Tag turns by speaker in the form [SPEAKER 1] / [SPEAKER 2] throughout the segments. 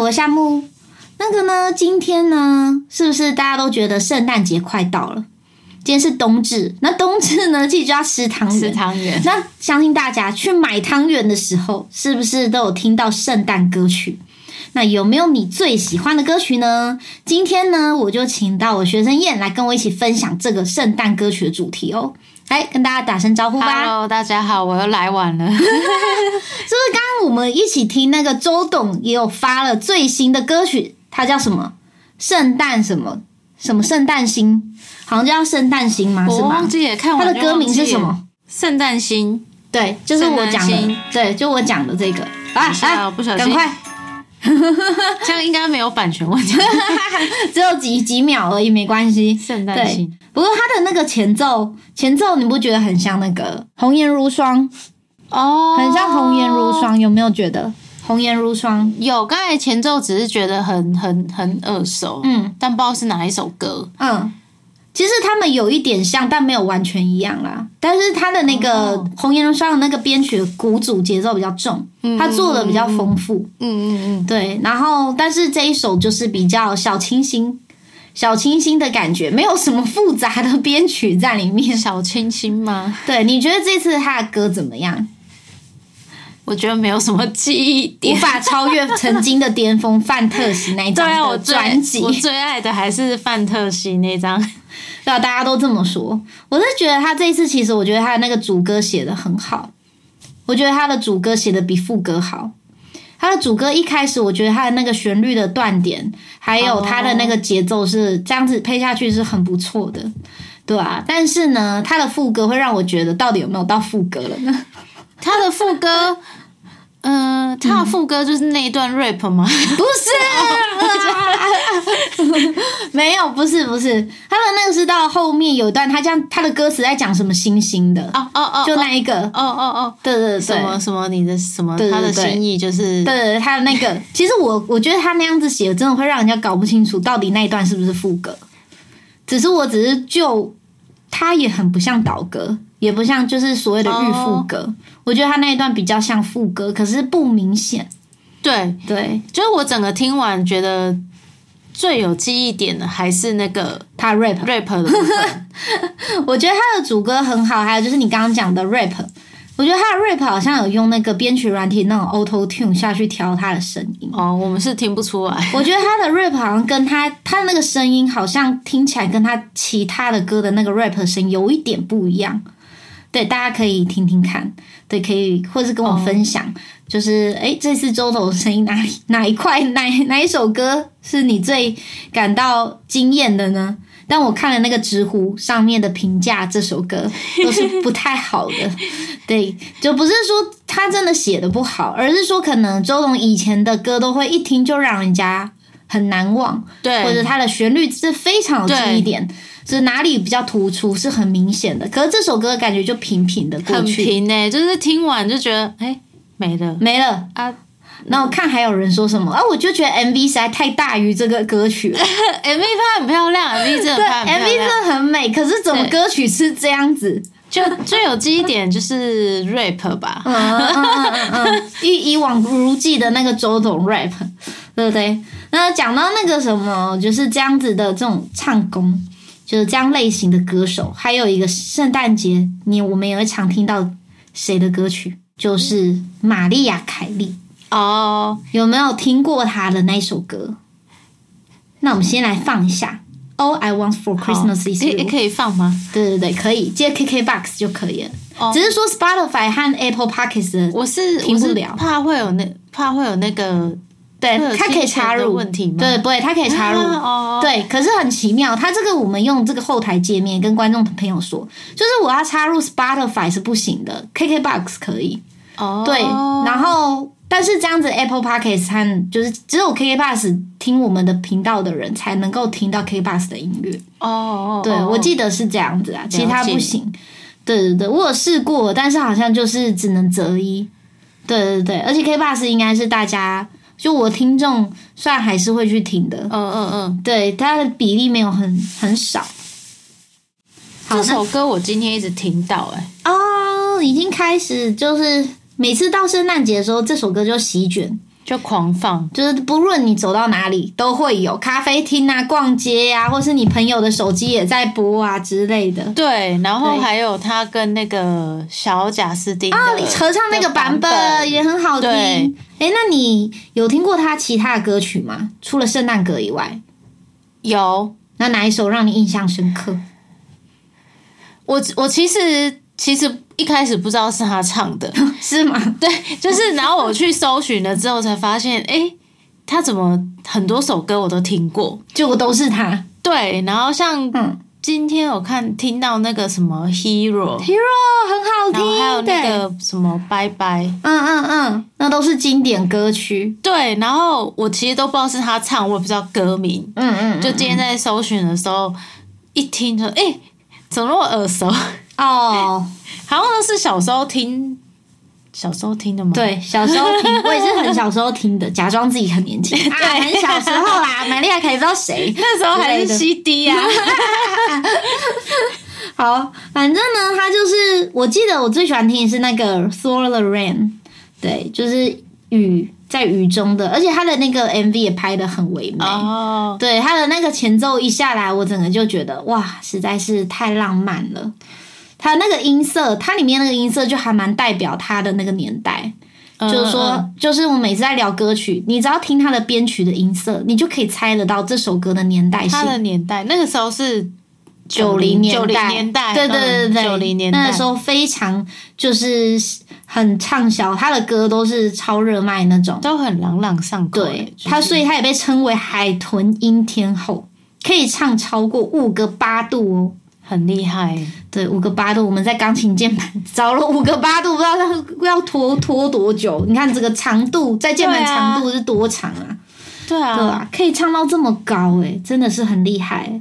[SPEAKER 1] 我是夏木。那个呢，今天呢，是不是大家都觉得圣诞节快到了？今天是冬至，那冬至呢，记住要吃汤圆。
[SPEAKER 2] 吃汤圆，
[SPEAKER 1] 那相信大家去买汤圆的时候，是不是都有听到圣诞歌曲？那有没有你最喜欢的歌曲呢？今天呢，我就请到我学生燕来跟我一起分享这个圣诞歌曲的主题哦。来跟大家打声招呼吧。啊
[SPEAKER 2] Hello，大家好，我又来晚了。
[SPEAKER 1] 是不是刚刚我们一起听那个周董也有发了最新的歌曲，它叫什么？圣诞什么什么圣诞星，好像叫圣诞星吗？
[SPEAKER 2] 哦我
[SPEAKER 1] 是吗
[SPEAKER 2] 忘？记了，看
[SPEAKER 1] 它
[SPEAKER 2] 完
[SPEAKER 1] 的
[SPEAKER 2] 就
[SPEAKER 1] 歌名
[SPEAKER 2] 忘记
[SPEAKER 1] 是什
[SPEAKER 2] 了？
[SPEAKER 1] 么？
[SPEAKER 2] 圣 诞星。
[SPEAKER 1] 对，就是我讲
[SPEAKER 2] 圣诞
[SPEAKER 1] 的
[SPEAKER 2] 星，
[SPEAKER 1] 对，就我讲的这个。啊
[SPEAKER 2] 等一下
[SPEAKER 1] 啊！
[SPEAKER 2] 我不小心
[SPEAKER 1] 赶 快，
[SPEAKER 2] 这样应该没有版权问题。
[SPEAKER 1] 只有几几秒而已，没关系。
[SPEAKER 2] 圣诞
[SPEAKER 1] 对
[SPEAKER 2] 星，
[SPEAKER 1] 不过它的那个前奏，前奏你不觉得很像那个《红颜如霜》？
[SPEAKER 2] 哦
[SPEAKER 1] 很像《红颜如。霜》，有没有觉得《红颜如霜》？
[SPEAKER 2] 有，刚才前奏只是觉得很很很耳熟，
[SPEAKER 1] 嗯，
[SPEAKER 2] 但不知道是哪一首歌。
[SPEAKER 1] 嗯，其实他们有一点像，但没有完全一样啦。但是他的那个
[SPEAKER 2] 哦
[SPEAKER 1] 《红颜如霜》的那个编曲鼓组节奏比较重，他做的比较丰富。
[SPEAKER 2] 嗯嗯嗯，
[SPEAKER 1] 对，然后但是这一首就是比较小清新。小清新的感觉，没有什么复杂的编曲在里面。
[SPEAKER 2] 小清新吗？
[SPEAKER 1] 对，你觉得这次他的歌怎么样？
[SPEAKER 2] 我觉得没有什么记忆
[SPEAKER 1] 无
[SPEAKER 2] 点。
[SPEAKER 1] 法超越曾经的巅峰，范特西那一
[SPEAKER 2] 对啊，
[SPEAKER 1] 张
[SPEAKER 2] 我
[SPEAKER 1] 的
[SPEAKER 2] 最
[SPEAKER 1] 专辑。
[SPEAKER 2] 我最爱的还是范特西那张。
[SPEAKER 1] 对啊，大家都这么说。我是觉得他这一次，其实我觉得他的那个主歌写的很好，我觉得他的主歌写的比副歌好。他的主歌一开始，我觉得他的那个旋律的断点，还有他的那个节奏是这样子配下去是很不错的，对啊。但是呢，他的副歌会让我觉得到底有没有到副歌了呢？
[SPEAKER 2] 他的副 歌，嗯、他的副歌就是那一段 rap 吗？
[SPEAKER 1] 不是， 没有，不是，不是，他的那个是到后面有一段，他这样他的歌词在讲什么星星的，
[SPEAKER 2] 哦哦哦，
[SPEAKER 1] 就那一个，
[SPEAKER 2] 哦哦
[SPEAKER 1] 对对对，
[SPEAKER 2] 哦，什么什么你的什么
[SPEAKER 1] 对对
[SPEAKER 2] 他的
[SPEAKER 1] 对
[SPEAKER 2] 心意就是
[SPEAKER 1] 对对对，他的那 个，其实我我觉得他那样子写，真的会让人家搞不清楚到底那一段是不是副歌。只是我只是就，他也很不像倒歌，也不像就是所谓的预副歌。我觉得他那一段比较像副歌，可是不明显。
[SPEAKER 2] 对，
[SPEAKER 1] 对，
[SPEAKER 2] 就是我整个听完觉得最有记忆点的还是那个
[SPEAKER 1] 他 rap，
[SPEAKER 2] rap 的部 分，
[SPEAKER 1] 我觉得他的主歌很好，还有就是你刚刚讲的 rap，我觉得他的 rap 好像有用那个编曲软体那种 Auto Tune 下去调他的声音。
[SPEAKER 2] 哦，我们是听不出来，
[SPEAKER 1] 我觉得他的 rap 好像跟他他的那个声音，好像听起来跟他其他的歌的那个 rap 的声音有一点不一样。对，大家可以听听看，对，可以，或是跟我分享，就是哎，诶这次周董的声音哪里哪一块哪哪一首歌是你最感到惊艳的呢？但我看了那个知乎上面的评价，这首歌都是不太好的。对，就不是说他真的写的不好，而是说可能周董以前的歌都会一听就让人家很难忘，或
[SPEAKER 2] 对
[SPEAKER 1] 者他的旋律是非常有记忆点，就是哪里比较突出是很明显的。可是这首歌感觉就平平的过
[SPEAKER 2] 很
[SPEAKER 1] 去，
[SPEAKER 2] 平诶、就是听完就觉得哎、没了
[SPEAKER 1] 没了。
[SPEAKER 2] 啊
[SPEAKER 1] 然后看还有人说什么，啊，我就觉得 MV 实在太大于这个歌曲了。
[SPEAKER 2] ，MV 呃拍很漂 亮，MV 真的
[SPEAKER 1] 对
[SPEAKER 2] 拍 很漂
[SPEAKER 1] ，MV
[SPEAKER 2] 亮，
[SPEAKER 1] 真的很美，可是怎么
[SPEAKER 2] 对
[SPEAKER 1] 歌曲是这样子？
[SPEAKER 2] 就最有记忆点就是 rap 吧，
[SPEAKER 1] 嗯嗯
[SPEAKER 2] 啊
[SPEAKER 1] 嗯嗯嗯，以以往如记的那个周董 rap，对不对？那讲到那个什么，就是这样子的这种唱功，就是这样类型的歌手，还有一个圣诞节，你我们也会常听到谁的歌曲，就是
[SPEAKER 2] 嗯
[SPEAKER 1] 玛丽亚·凯莉，
[SPEAKER 2] 哦
[SPEAKER 1] 有没有听过她的那首歌？那我们先来放一下。All I want for
[SPEAKER 2] 好
[SPEAKER 1] Christmas is
[SPEAKER 2] 诶诶
[SPEAKER 1] you。
[SPEAKER 2] 可以放吗？
[SPEAKER 1] 对对对，可以接 KKBox 就可以了。
[SPEAKER 2] 哦
[SPEAKER 1] 只是说 Spotify 和 Apple Podcasts 的
[SPEAKER 2] 我是
[SPEAKER 1] 听不了
[SPEAKER 2] 我是怕会有那怕会有那个
[SPEAKER 1] 对
[SPEAKER 2] 会有，
[SPEAKER 1] 它可以
[SPEAKER 2] 侵权
[SPEAKER 1] 插
[SPEAKER 2] 呃的
[SPEAKER 1] 入
[SPEAKER 2] 问题吗
[SPEAKER 1] 对，不会，它可以插入。
[SPEAKER 2] 啊哦，
[SPEAKER 1] 对，可是很奇妙，它这个我们用这个后台界面跟观众朋友说，就是我要插入 Spotify 是不行的，KKBox 可以。
[SPEAKER 2] 哦，
[SPEAKER 1] 对，然后但是这样子 Apple Podcast 和就是只有 KKBox 听我们的频道的人才能够听到 KKBox 的音乐。
[SPEAKER 2] 哦哦，
[SPEAKER 1] 对，
[SPEAKER 2] 哦
[SPEAKER 1] 我记得是这样子啊，其他
[SPEAKER 2] 了解
[SPEAKER 1] 不行。对对对，我有试过，但是好像就是只能择一。对对对，而且 K Bus 应该是大家就我听众算还是会去听的，
[SPEAKER 2] 嗯嗯嗯，
[SPEAKER 1] 对它的比例没有很很少。好，
[SPEAKER 2] 这
[SPEAKER 1] 那
[SPEAKER 2] 首歌我今天一直听到，哎，
[SPEAKER 1] 哦，已经开始就是每次到圣诞节的时候，这首歌就席卷，
[SPEAKER 2] 就狂放，
[SPEAKER 1] 就是不论你走到哪里都会有咖啡厅啊、逛街呀、或是你朋友的手机也在播啊之类的。
[SPEAKER 2] 对，然后
[SPEAKER 1] 对
[SPEAKER 2] 还有他跟那个小贾斯汀的
[SPEAKER 1] 哦，你合唱那个版
[SPEAKER 2] 的
[SPEAKER 1] 本也很好听。
[SPEAKER 2] 对
[SPEAKER 1] 诶，那你有听过他其他的歌曲吗？除了圣诞歌以外，
[SPEAKER 2] 有
[SPEAKER 1] 那哪一首让你印象深刻？
[SPEAKER 2] 我，我其实其实一开始不知道是他唱的，
[SPEAKER 1] 是吗？
[SPEAKER 2] 对，就是然后我去搜寻了之后才发现，诶，他怎么很多首歌我都听过？
[SPEAKER 1] 结果都是他。
[SPEAKER 2] 对，然后像
[SPEAKER 1] 嗯
[SPEAKER 2] 今天我看听到那个什么
[SPEAKER 1] ，Hero
[SPEAKER 2] Hero，
[SPEAKER 1] 很好
[SPEAKER 2] 然后
[SPEAKER 1] 听，
[SPEAKER 2] 还有那
[SPEAKER 1] 对，
[SPEAKER 2] 个什么拜拜，
[SPEAKER 1] 嗯嗯嗯，那都是经典歌曲。
[SPEAKER 2] 对，然后我其实都不知道是他唱，我也不知道歌名，
[SPEAKER 1] 嗯嗯，
[SPEAKER 2] 就今天在搜寻的时候，一听就哎、诶怎么那么耳熟？ 好
[SPEAKER 1] 哦，
[SPEAKER 2] 像都是小时候听，小时候听的吗？，
[SPEAKER 1] 对，小时候听，我也是很小时候听的，假装自己很年 轻。啊，很小时候啦，玛利亚凯莉知道谁？
[SPEAKER 2] 那时候还
[SPEAKER 1] 之
[SPEAKER 2] 是
[SPEAKER 1] 类的
[SPEAKER 2] CD 啊。
[SPEAKER 1] 好，反正呢，他就是，我记得我最喜欢听的是那个 Thor the Rain，对，就是雨在雨中的，而且他的那个 MV 也拍的很唯美。
[SPEAKER 2] 哦，
[SPEAKER 1] 对他的那个前奏一下来，我整个就觉得哇，实在是太浪漫了。他那个音色，它里面那个音色就还蛮代表他的那个年代，就是
[SPEAKER 2] 嗯，嗯
[SPEAKER 1] 说，就是我每次在聊歌曲，你只要听他的编曲的音色，你就可以猜得到这首歌的年代性
[SPEAKER 2] 他。的年代，那个时候是
[SPEAKER 1] 九零年代，
[SPEAKER 2] 九零年代，嗯
[SPEAKER 1] 对对对对，
[SPEAKER 2] 九零年代
[SPEAKER 1] 那时候非常就是很畅销，他的歌都是超热卖那种。
[SPEAKER 2] 都很朗朗上口。
[SPEAKER 1] 对
[SPEAKER 2] 诶，就是
[SPEAKER 1] 他，所以他也被称为海豚音天后，可以唱超过五个八度哦。
[SPEAKER 2] 很厉害。
[SPEAKER 1] 对，五个八度，我们在钢琴键盘找了五个八度，不知道要要拖拖多久。你看这个长度，在键盘
[SPEAKER 2] 对啊
[SPEAKER 1] 长度是多长啊？
[SPEAKER 2] 对啊，
[SPEAKER 1] 对啊，可以唱到这么高、欸，真的是很厉害、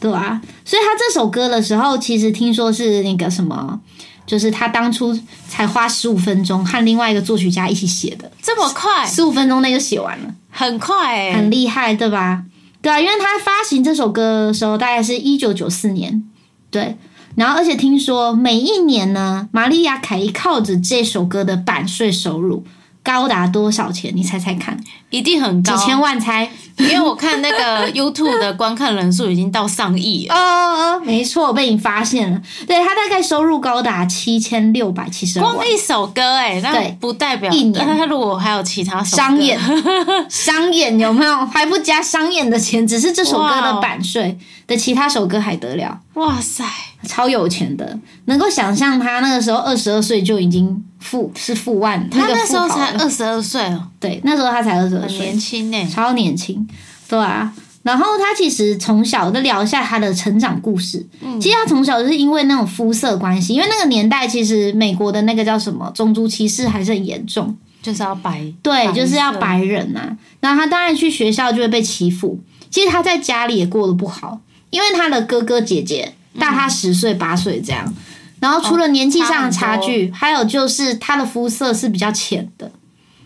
[SPEAKER 1] 对啊，所以他这首歌的时候，其实听说是那个什么，就是他当初才花十五分钟和另外一个作曲家一起写的，
[SPEAKER 2] 这么快，
[SPEAKER 1] 十五分钟内就写完了，
[SPEAKER 2] 很快欸诶、
[SPEAKER 1] 很厉害，对吧？对啊，因为他发行这首歌的时候，大概是一九九四年，对。然后，而且听说每一年呢，玛利亚·凯莉靠着这首歌的版税收入高达多少钱？你猜猜看，
[SPEAKER 2] 一定很高，
[SPEAKER 1] 几千万猜？
[SPEAKER 2] 因为我看那 个 YouTube 的观看人数已经到上亿了，
[SPEAKER 1] 哦，没错，被你发现了。对他大概收入高达七千六百七十二
[SPEAKER 2] 光
[SPEAKER 1] 万。
[SPEAKER 2] 一首歌哎、
[SPEAKER 1] 对
[SPEAKER 2] 那不代表
[SPEAKER 1] 一年
[SPEAKER 2] 那他如果还有其他首歌
[SPEAKER 1] 商演， 商演有没有？还不加商演的钱，只是这首歌
[SPEAKER 2] 哇
[SPEAKER 1] 的
[SPEAKER 2] 哦
[SPEAKER 1] 版税的其他首歌还得了？
[SPEAKER 2] 哇塞，
[SPEAKER 1] 超有钱的，能够想象他那个时候二十二岁就已经富是富万，
[SPEAKER 2] 他
[SPEAKER 1] 个
[SPEAKER 2] 那时候
[SPEAKER 1] 富豪
[SPEAKER 2] 才
[SPEAKER 1] 了
[SPEAKER 2] 二十二岁哦，
[SPEAKER 1] 对，那时候他才二十二
[SPEAKER 2] 很
[SPEAKER 1] 岁
[SPEAKER 2] 年，轻哎、
[SPEAKER 1] 超年轻，对啊。然后他其实从小再聊一下他的成长故事。
[SPEAKER 2] 嗯
[SPEAKER 1] 其实他从小就是因为那种肤色关系，因为那个年代其实美国的那个叫什么种族歧视还是很严重，
[SPEAKER 2] 就是要白，
[SPEAKER 1] 对，就是要
[SPEAKER 2] 色
[SPEAKER 1] 白人呐、然后他当然去学校就会被欺负，其实他在家里也过得不好，因为他的哥哥姐姐大
[SPEAKER 2] 嗯
[SPEAKER 1] 他十岁八岁这样。然后除了年纪上的差
[SPEAKER 2] 哦
[SPEAKER 1] 距，还有就是他的肤色是比较浅的，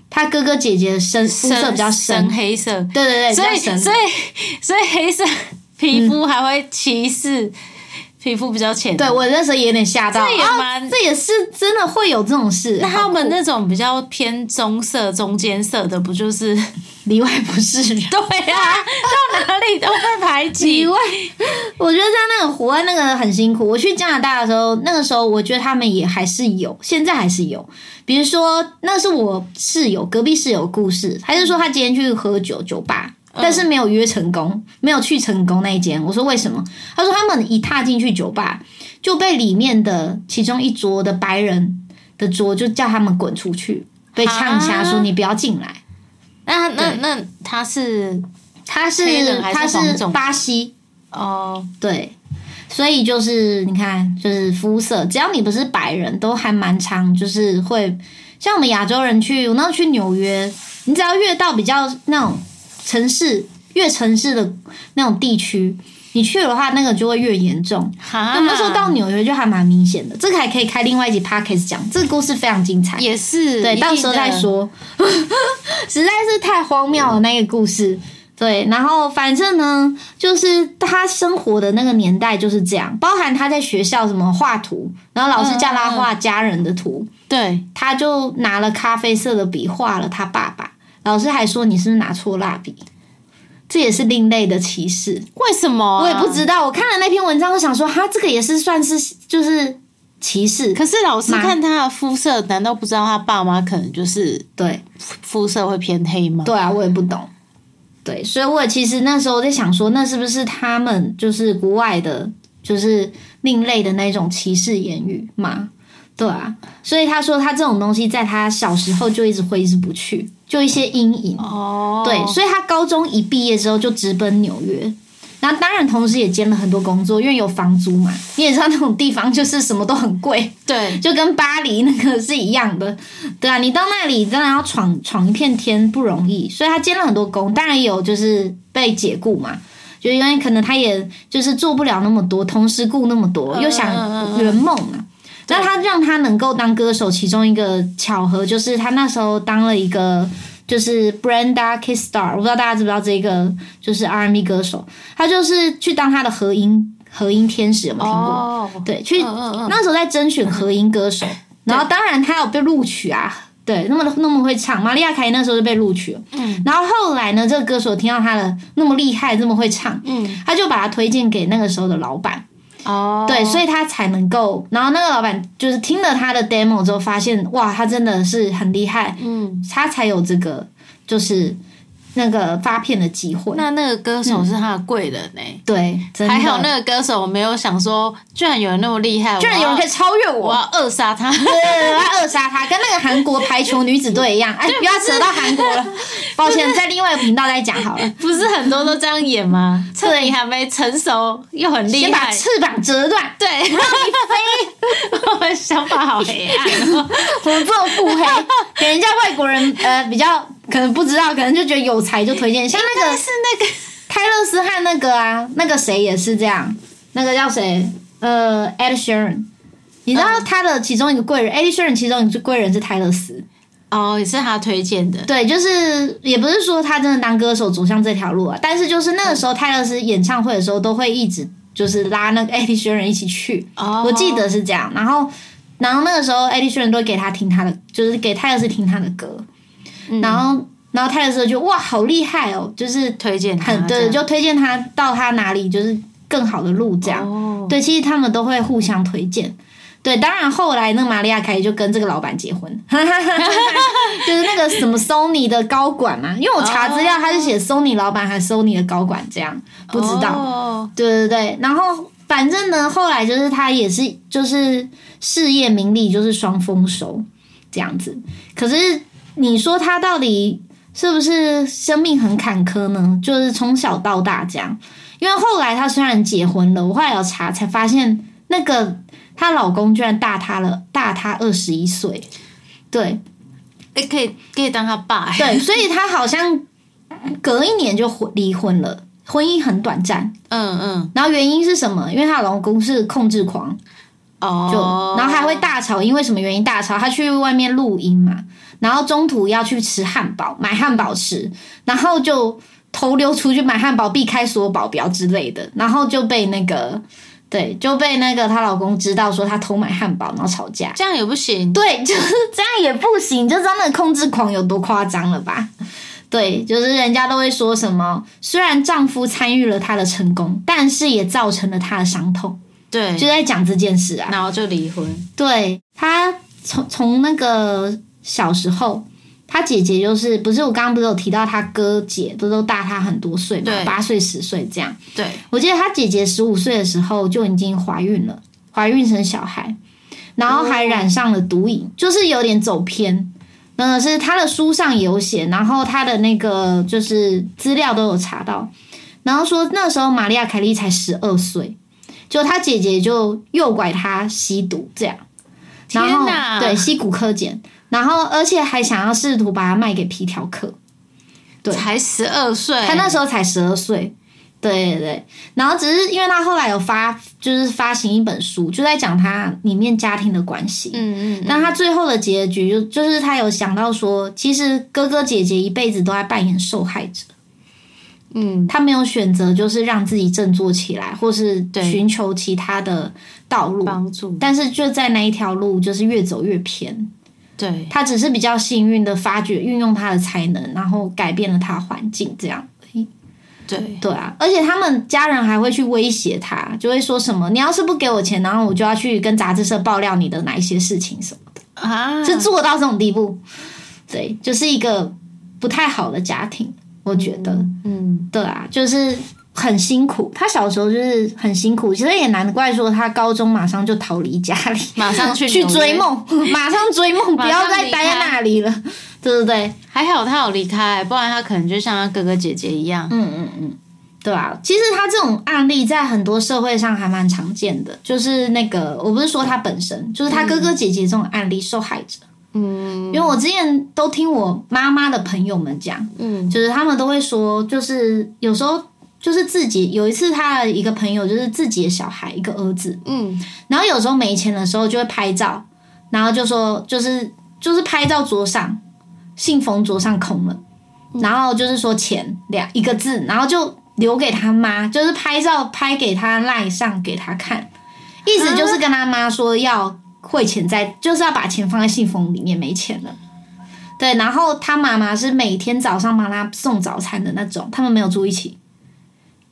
[SPEAKER 1] 他哥哥姐姐的深肤色比较深
[SPEAKER 2] 深，黑色，
[SPEAKER 1] 对对对，
[SPEAKER 2] 所
[SPEAKER 1] 比
[SPEAKER 2] 以
[SPEAKER 1] 较深嗯
[SPEAKER 2] 所以所以黑色皮肤还会歧视、皮肤比较浅，
[SPEAKER 1] 对，我那时候也有点吓到，
[SPEAKER 2] 这也
[SPEAKER 1] 啊
[SPEAKER 2] 蛮
[SPEAKER 1] 这也是真的会有这种事。
[SPEAKER 2] 那他们
[SPEAKER 1] 好酷
[SPEAKER 2] 那种比较偏棕色、中间色的，不就是，
[SPEAKER 1] 里外不是人
[SPEAKER 2] 对呀、到哪里都被排
[SPEAKER 1] 里
[SPEAKER 2] 挤。
[SPEAKER 1] 外， 我觉得在那个国外那个很辛苦。我去加拿大的时候，那个时候我觉得他们也还是有，现在还是有。比如说，那是我室友隔壁室友的故事，他就说他今天去喝酒酒吧。
[SPEAKER 2] 嗯
[SPEAKER 1] 但是没有约成功，没有去成功那一间。我说为什么？他说他们一踏进去酒吧，就被里面的其中一桌的白人的桌就叫他们滚出去，被呛瞎说
[SPEAKER 2] 啊
[SPEAKER 1] 你不要进来。
[SPEAKER 2] 那那那他是
[SPEAKER 1] 他是
[SPEAKER 2] 黑人还是
[SPEAKER 1] 他
[SPEAKER 2] 黄
[SPEAKER 1] 是
[SPEAKER 2] 种
[SPEAKER 1] 巴西，
[SPEAKER 2] 哦，
[SPEAKER 1] 对，所以就是你看，就是肤色，只要你不是白人，都还蛮常就是会像我们亚洲人去，我那时候去纽约，你只要越到比较那种城市，越城市的那种地区。你去的话，那个就会越严重。
[SPEAKER 2] 哈，
[SPEAKER 1] 那我那时候到纽约就还蛮明显的，这个还可以开另外一集 podcast 讲，这个故事非常精彩。
[SPEAKER 2] 也是
[SPEAKER 1] 对，
[SPEAKER 2] 一定的
[SPEAKER 1] 到时候再说。 实在是太荒谬了那个故事。对，然后反正呢，就是他生活的那个年代就是这样，包含他在学校什么画图，然后老师叫他画家人的图，
[SPEAKER 2] 对
[SPEAKER 1] 他就拿了咖啡色的笔画了他爸爸。老师还说你是不是拿错蜡笔，这也是另类的歧视。
[SPEAKER 2] 为什么、
[SPEAKER 1] 我也不。知道，我看了那篇文章，我想说，哈，这个也是算是就是歧视，
[SPEAKER 2] 可是老师看他的肤色，难道不知道他爸妈可能就是
[SPEAKER 1] 对。
[SPEAKER 2] 肤色会偏黑吗？
[SPEAKER 1] 对啊，我也不懂。对，所以我其实那时候在想说，那是不是他们就是国外的，就是另类的那种歧视言语嘛？对啊，所以他说他这种东西在他小时候就一直挥之不去，就一些阴影。
[SPEAKER 2] 哦，
[SPEAKER 1] 对，所以他高中一毕业之后就直奔纽约，然后当然同时也兼了很多工作，因为有房租嘛。你也知道那种地方就是什么都很贵，
[SPEAKER 2] 对，
[SPEAKER 1] 就跟巴黎那个是一样的，对啊，你到那里真的要闯闯一片天不容易，所以他兼了很多工，当然也有就是被解雇嘛，就因为可能他也就是做不了那么多，同时雇那么多，
[SPEAKER 2] 嗯
[SPEAKER 1] 又想
[SPEAKER 2] 嗯嗯
[SPEAKER 1] 圆梦嘛。
[SPEAKER 2] 对
[SPEAKER 1] 那他让他能够当歌手，其中一个巧合就是他那时候当了一个就是 Brenda k i s s t a r 我不知道大家知不知道这个就是 R&B 歌手，他就是去当他的合音合音天使，有没有听过？
[SPEAKER 2] 哦，
[SPEAKER 1] 对，去
[SPEAKER 2] 嗯嗯嗯
[SPEAKER 1] 那时候在甄选合音歌手， 然后当然他有被录取啊，对，那么那么会唱，玛利亚凯莉那时候就被录取了，嗯，然后后来呢，这个歌手听到他的那么厉害，这么会唱，
[SPEAKER 2] 嗯，
[SPEAKER 1] 他就把他推荐给那个时候的老板，
[SPEAKER 2] 哦，
[SPEAKER 1] 对，所以他才能够，然后那个老板就是听了他的 demo 之后，发现哇，他真的是很厉害，
[SPEAKER 2] 嗯，
[SPEAKER 1] 他才有这个就是那个发片的机会，
[SPEAKER 2] 那那个歌手是他的贵人呢、
[SPEAKER 1] 对，真的
[SPEAKER 2] 还好那个歌手我没有想说，居然有人那么厉害，
[SPEAKER 1] 居然有人可以超越
[SPEAKER 2] 我要，我要扼杀他。
[SPEAKER 1] 对，我要扼杀他，跟那个韩国排球女子队一样。哎，不要扯到韩国 了，抱歉，在另外一个频道再讲好了。
[SPEAKER 2] 不是很多都这样演吗？趁你还没成熟又很
[SPEAKER 1] 先
[SPEAKER 2] 厉
[SPEAKER 1] 把
[SPEAKER 2] 害，
[SPEAKER 1] 翅膀折断，
[SPEAKER 2] 对，让你飞。我们想法好黑暗哦。
[SPEAKER 1] 我们不能腹黑，给人家外国人呃比较可能不知道，可能就觉得有才就推荐，像那
[SPEAKER 2] 但
[SPEAKER 1] 个
[SPEAKER 2] 是那个
[SPEAKER 1] 泰勒斯和那个啊，那个谁也是这样，那个叫谁？呃，Ed Sheeran，你知道
[SPEAKER 2] 嗯
[SPEAKER 1] 他的其中一个贵人、e d Sheeran 其中一个贵人是泰勒斯，
[SPEAKER 2] 哦，也是他推荐的。
[SPEAKER 1] 对，就是也不是说他真的当歌手走向这条路啊，但是就是那个
[SPEAKER 2] 嗯
[SPEAKER 1] 时候泰勒斯演唱会的时候，都会一直就是拉那个 Eddie Sheeran 一起去，
[SPEAKER 2] 哦，
[SPEAKER 1] 我记得是这样。然后，然后那个时候 Eddie Sheeran 都会给他听他的，就是给泰勒斯听他的歌，
[SPEAKER 2] 嗯
[SPEAKER 1] 然后，然后泰勒斯就觉得哇，好厉害哦，就是
[SPEAKER 2] 推荐他
[SPEAKER 1] 很
[SPEAKER 2] 啊这
[SPEAKER 1] 对，
[SPEAKER 2] 样
[SPEAKER 1] 就推荐他到他哪里就是更好的路这样。
[SPEAKER 2] 哦，
[SPEAKER 1] 对，其实他们都会互相推荐。对，当然后来那个玛利亚凯莉就跟这个老板结婚， 就是那个什么 Sony 的高管嘛，因为我查资料，
[SPEAKER 2] 哦
[SPEAKER 1] 他是写 Sony 老板还是 Sony 的高管这样，不知道。
[SPEAKER 2] 道。
[SPEAKER 1] 对哦对对，然后反正呢，后来就是他也是就是事业名利就是双丰收这样子。可是你说他到底是不是生命很坎坷呢？就是从小到大这样，因为后来她虽然结婚了，我后来有查才发现，那个她老公居然大她了，大她二十一岁。对
[SPEAKER 2] 哎，可以可以当他爸 欸。
[SPEAKER 1] 对，所以她好像隔一年就婚离婚了，婚姻很短暂。
[SPEAKER 2] 嗯嗯，
[SPEAKER 1] 然后原因是什么？因为她老公是控制狂，
[SPEAKER 2] 哦，
[SPEAKER 1] 就、然后还会大吵，因为什么原因大吵？她去外面录音嘛，然后中途要去吃汉堡，买汉堡吃，然后就偷溜出去买汉堡，避开所有保镖之类的，然后就被那个对就被那个她老公知道说她偷买汉堡，然后吵架。
[SPEAKER 2] 这样也不行。
[SPEAKER 1] 对，就是这样也不行，就知道那个控制狂有多夸张了吧？对，就是人家都会说什么，虽然丈夫参与了她的成功，但是也造成了她的伤痛，
[SPEAKER 2] 对，
[SPEAKER 1] 就在讲这件事啊。
[SPEAKER 2] 然后就离婚。
[SPEAKER 1] 对她从从那个小时候，她姐姐就是不是我刚刚不是有提到她哥姐都都大她很多岁嘛，
[SPEAKER 2] 对
[SPEAKER 1] 八岁十岁这样。
[SPEAKER 2] 对，
[SPEAKER 1] 我记得她姐姐十五岁的时候就已经怀孕了，怀孕生小孩，然后还染上了毒
[SPEAKER 2] 哦
[SPEAKER 1] 瘾，就是有点走偏。嗯，是她的书上也有写，然后她的那个就是资料都有查到，然后说那时候玛利亚凯莉才十二岁，就她姐姐就诱拐她吸毒这样，然后
[SPEAKER 2] 天哪
[SPEAKER 1] 对吸骨科碱，然后而且还想要试图把它卖给皮条客，对
[SPEAKER 2] 才十二岁，
[SPEAKER 1] 他那时候才十二岁，对对对。然后只是因为他后来有发，就是发行一本书，就在讲他里面家庭的关系。
[SPEAKER 2] 嗯嗯，
[SPEAKER 1] 那他最后的结局就就是他有想到说，其实哥哥姐姐一辈子都在扮演受害者，
[SPEAKER 2] 嗯，
[SPEAKER 1] 他没有选择就是让自己振作起来，或是
[SPEAKER 2] 对
[SPEAKER 1] 寻求其他的道路，
[SPEAKER 2] 帮助
[SPEAKER 1] 但是就在那一条路就是越走越偏。
[SPEAKER 2] 对，
[SPEAKER 1] 他只是比较幸运的发掘运用他的才能，然后改变了他的环境，这样。
[SPEAKER 2] 对，
[SPEAKER 1] 对啊，而且他们家人还会去威胁他，就会说什么：“你要是不给我钱，然后我就要去跟杂志社爆料你的哪一些事情什么。
[SPEAKER 2] 啊，”
[SPEAKER 1] 是做到这种地步，对，就是一个不太好的家庭，我觉得。
[SPEAKER 2] 嗯，
[SPEAKER 1] 对啊，就是很辛苦。他小时候就是很辛苦，其实也难怪说他高中马上就逃离家里，
[SPEAKER 2] 马上去
[SPEAKER 1] 去
[SPEAKER 2] 纽约
[SPEAKER 1] 追，梦，马上追梦，不
[SPEAKER 2] 马上
[SPEAKER 1] 要再待在那里了，对不对？
[SPEAKER 2] 还好他有离开，不然他可能就像他哥哥姐姐一
[SPEAKER 1] 啊
[SPEAKER 2] 样，
[SPEAKER 1] 嗯对啊，其实他这种案例在很多社会上还蛮常见的，就是那个我不是说他本身，就是他哥哥姐姐这种案例受害者。嗯，因为我之前都听我妈妈的朋友们讲，嗯，就是他们都会说，就是有时候就是自己有一次他的一个朋友就是自己的小孩一个儿子，
[SPEAKER 2] 嗯，
[SPEAKER 1] 然后有时候没钱的时候就会拍照，然后就说就是就是拍照桌上，信封桌上空了，然后就是说钱两一个字，然后就留给他妈，就是拍照拍给他赖上给他看，意思就是跟他妈说要汇钱在，就是要把钱放在信封里面，没钱了。对，然后他妈妈是每天早上帮他送早餐的那种，他们没有住一起。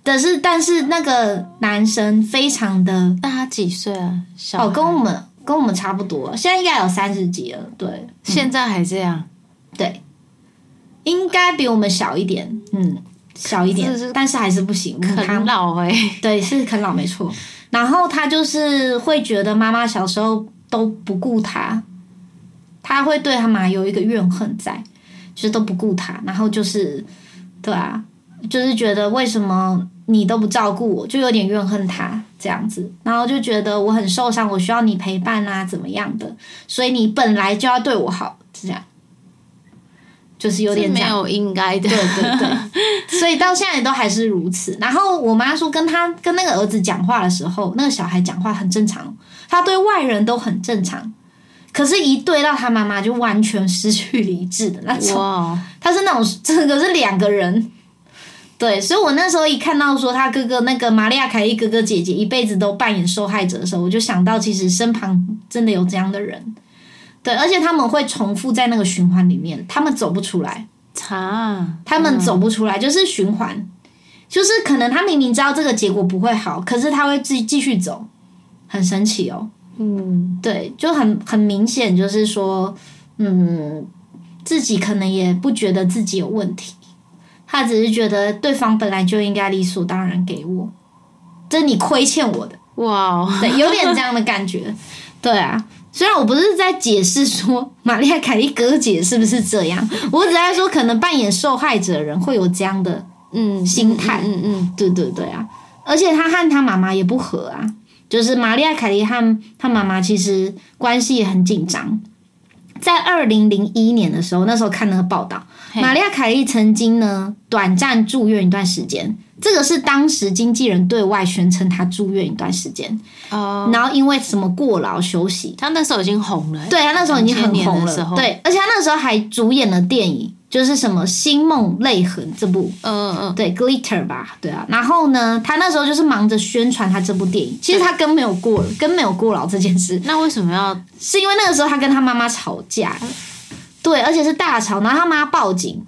[SPEAKER 1] 但是，但是那个男生非常的
[SPEAKER 2] 那他几岁啊？小
[SPEAKER 1] 哦，
[SPEAKER 2] 孩
[SPEAKER 1] 跟我们跟我们差不多，现在应该有三十几了，对，
[SPEAKER 2] 现在还这样，
[SPEAKER 1] 应该比我们小一点，嗯，小一点
[SPEAKER 2] 是是，
[SPEAKER 1] 但是还是不行，
[SPEAKER 2] 很老哎、
[SPEAKER 1] 对，是啃老没错。然后他就是会觉得妈妈小时候都不顾他，他会对他妈有一个怨恨在，就是都不顾他，然后就是，对啊，就是觉得为什么你都不照顾我，就有点怨恨他这样子，然后就觉得我很受伤，我需要你陪伴啊，怎么样的，所以你本来就要对我好，是这样，就是有点
[SPEAKER 2] 是
[SPEAKER 1] 这
[SPEAKER 2] 没
[SPEAKER 1] 样。
[SPEAKER 2] 有应该的，
[SPEAKER 1] 对对对， 所以到现在也都还是如此。然后我妈说，跟她跟那个儿子讲话的时候，那个小孩讲话很正常，他对外人都很正常，可是，一对到他妈妈就完全失去理智的那种。
[SPEAKER 2] 哇，
[SPEAKER 1] 他是那种这个是两个人。对，所以我那时候一看到说他哥哥那个玛利亚凯莉哥哥姐姐一辈子都扮演受害者的时候，我就想到其实身旁真的有这样的人，对，而且他们会重复在那个循环里面，他们走不出来。
[SPEAKER 2] 查，
[SPEAKER 1] 他们走不出来，就是循环，就是可能他明明知道这个结果不会好，可是他会继继续走，很神奇哦。嗯，对，就很很明显，就是说，嗯，自己可能也不觉得自己有问题，他只是觉得对方本来就应该理所当然给我，这你亏欠我的。
[SPEAKER 2] 哇哦，
[SPEAKER 1] 对，有点这样的感觉。 对啊，虽然我不是在解释说 玛利亚凯莉哥姐是不是这样，我只在说可能扮演受害者的人会有这样的，
[SPEAKER 2] 嗯，
[SPEAKER 1] 心态
[SPEAKER 2] 嗯嗯嗯
[SPEAKER 1] 对对对啊，而且他和他妈妈也不和啊，就是玛利亚凯莉和他妈妈其实关系也很紧张。在二零零一年的时候，那时候看那个报道，
[SPEAKER 2] 嘿
[SPEAKER 1] 玛利亚凯莉曾经呢短暂住院一段时间，这个是当时经纪人对外宣称她住院一段时间，
[SPEAKER 2] 哦，
[SPEAKER 1] 然后因为什么过劳休息，
[SPEAKER 2] 嗯他那时候已经红了欸、
[SPEAKER 1] 对他啊那时候已经很
[SPEAKER 2] 2000
[SPEAKER 1] 红
[SPEAKER 2] 年的时
[SPEAKER 1] 了，
[SPEAKER 2] 候
[SPEAKER 1] 对，而且他那时候还主演了电影，就是什么《星梦泪痕》这部，
[SPEAKER 2] 嗯嗯
[SPEAKER 1] 哦对，Glitter 吧，对啊。然后呢，他那时候就是忙着宣传他这部电影，其实他跟没有过跟没有过劳这件事
[SPEAKER 2] 嗯，，那为什么要
[SPEAKER 1] 是因为那个时候他跟他妈妈吵架了，对，而且是大吵，然后他妈报警，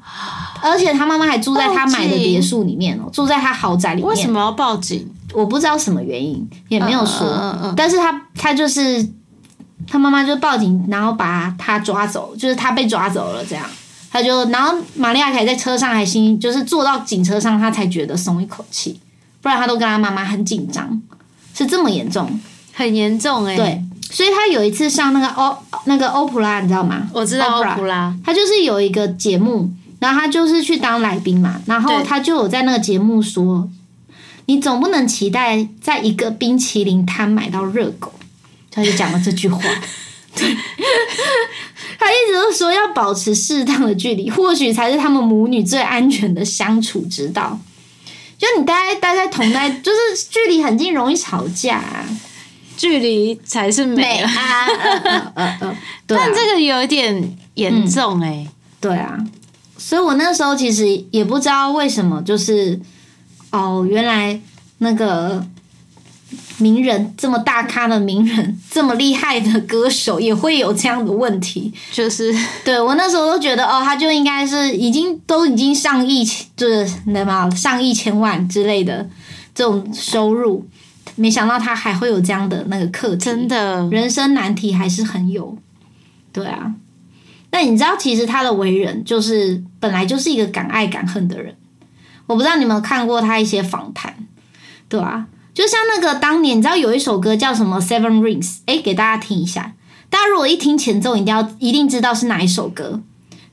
[SPEAKER 1] 而且他妈妈还住在他买的
[SPEAKER 2] 报警
[SPEAKER 1] 别墅里面哦，住在他豪宅里
[SPEAKER 2] 为
[SPEAKER 1] 面
[SPEAKER 2] 什，么要报警？
[SPEAKER 1] 我不知道什么原因，也没有说。
[SPEAKER 2] 嗯嗯嗯
[SPEAKER 1] 但是他他就是他妈妈就报警，然后把他抓走，就是他被抓走了这样。他就然后玛利亚凯在车上还心，就是坐到警车上，他才觉得松一口气，不然他都跟他妈妈很紧张，是这么严重。
[SPEAKER 2] 很严重哎、
[SPEAKER 1] 对，所以他有一次上那个欧那个欧普拉，你知道吗？
[SPEAKER 2] 我知道
[SPEAKER 1] 欧普拉
[SPEAKER 2] 欧普拉，
[SPEAKER 1] 他就是有一个节目，然后他就是去当来宾嘛，然后
[SPEAKER 2] 对
[SPEAKER 1] 他就有在那个节目说，你总不能期待在一个冰淇淋摊买到热狗，他就讲了这句 话。对， 他一直都说要保持适当的距离，或许才是他们母女最安全的相处之道。就你待在待在同在， 就是距离很近，容易吵架、啊。
[SPEAKER 2] 距离才是美啊。
[SPEAKER 1] 啊，嗯嗯嗯，对啊
[SPEAKER 2] 但这个有点
[SPEAKER 1] 嗯
[SPEAKER 2] 严重哎、
[SPEAKER 1] 对啊，所以我那时候其实也不知道为什么，就是哦，原来那个名人这么大咖的名人，这么厉害的歌手也会有这样的问题。
[SPEAKER 2] 就是
[SPEAKER 1] 对我那时候都觉得，哦，他就应该是已经都已经上亿，就是你知道吗？上亿千万之类的这种收入，没想到他还会有这样的那个课题，
[SPEAKER 2] 真的
[SPEAKER 1] 人生难题还是很有。对啊，那你知道，其实他的为人就是本来就是一个敢爱敢恨的人。我不知道你们有看过他一些访谈，对啊，就像那个当年，你知道有一首歌叫什么《Seven Rings》？哎，给大家听一下。大家如果一听前奏，一定要一定知道是哪一首歌。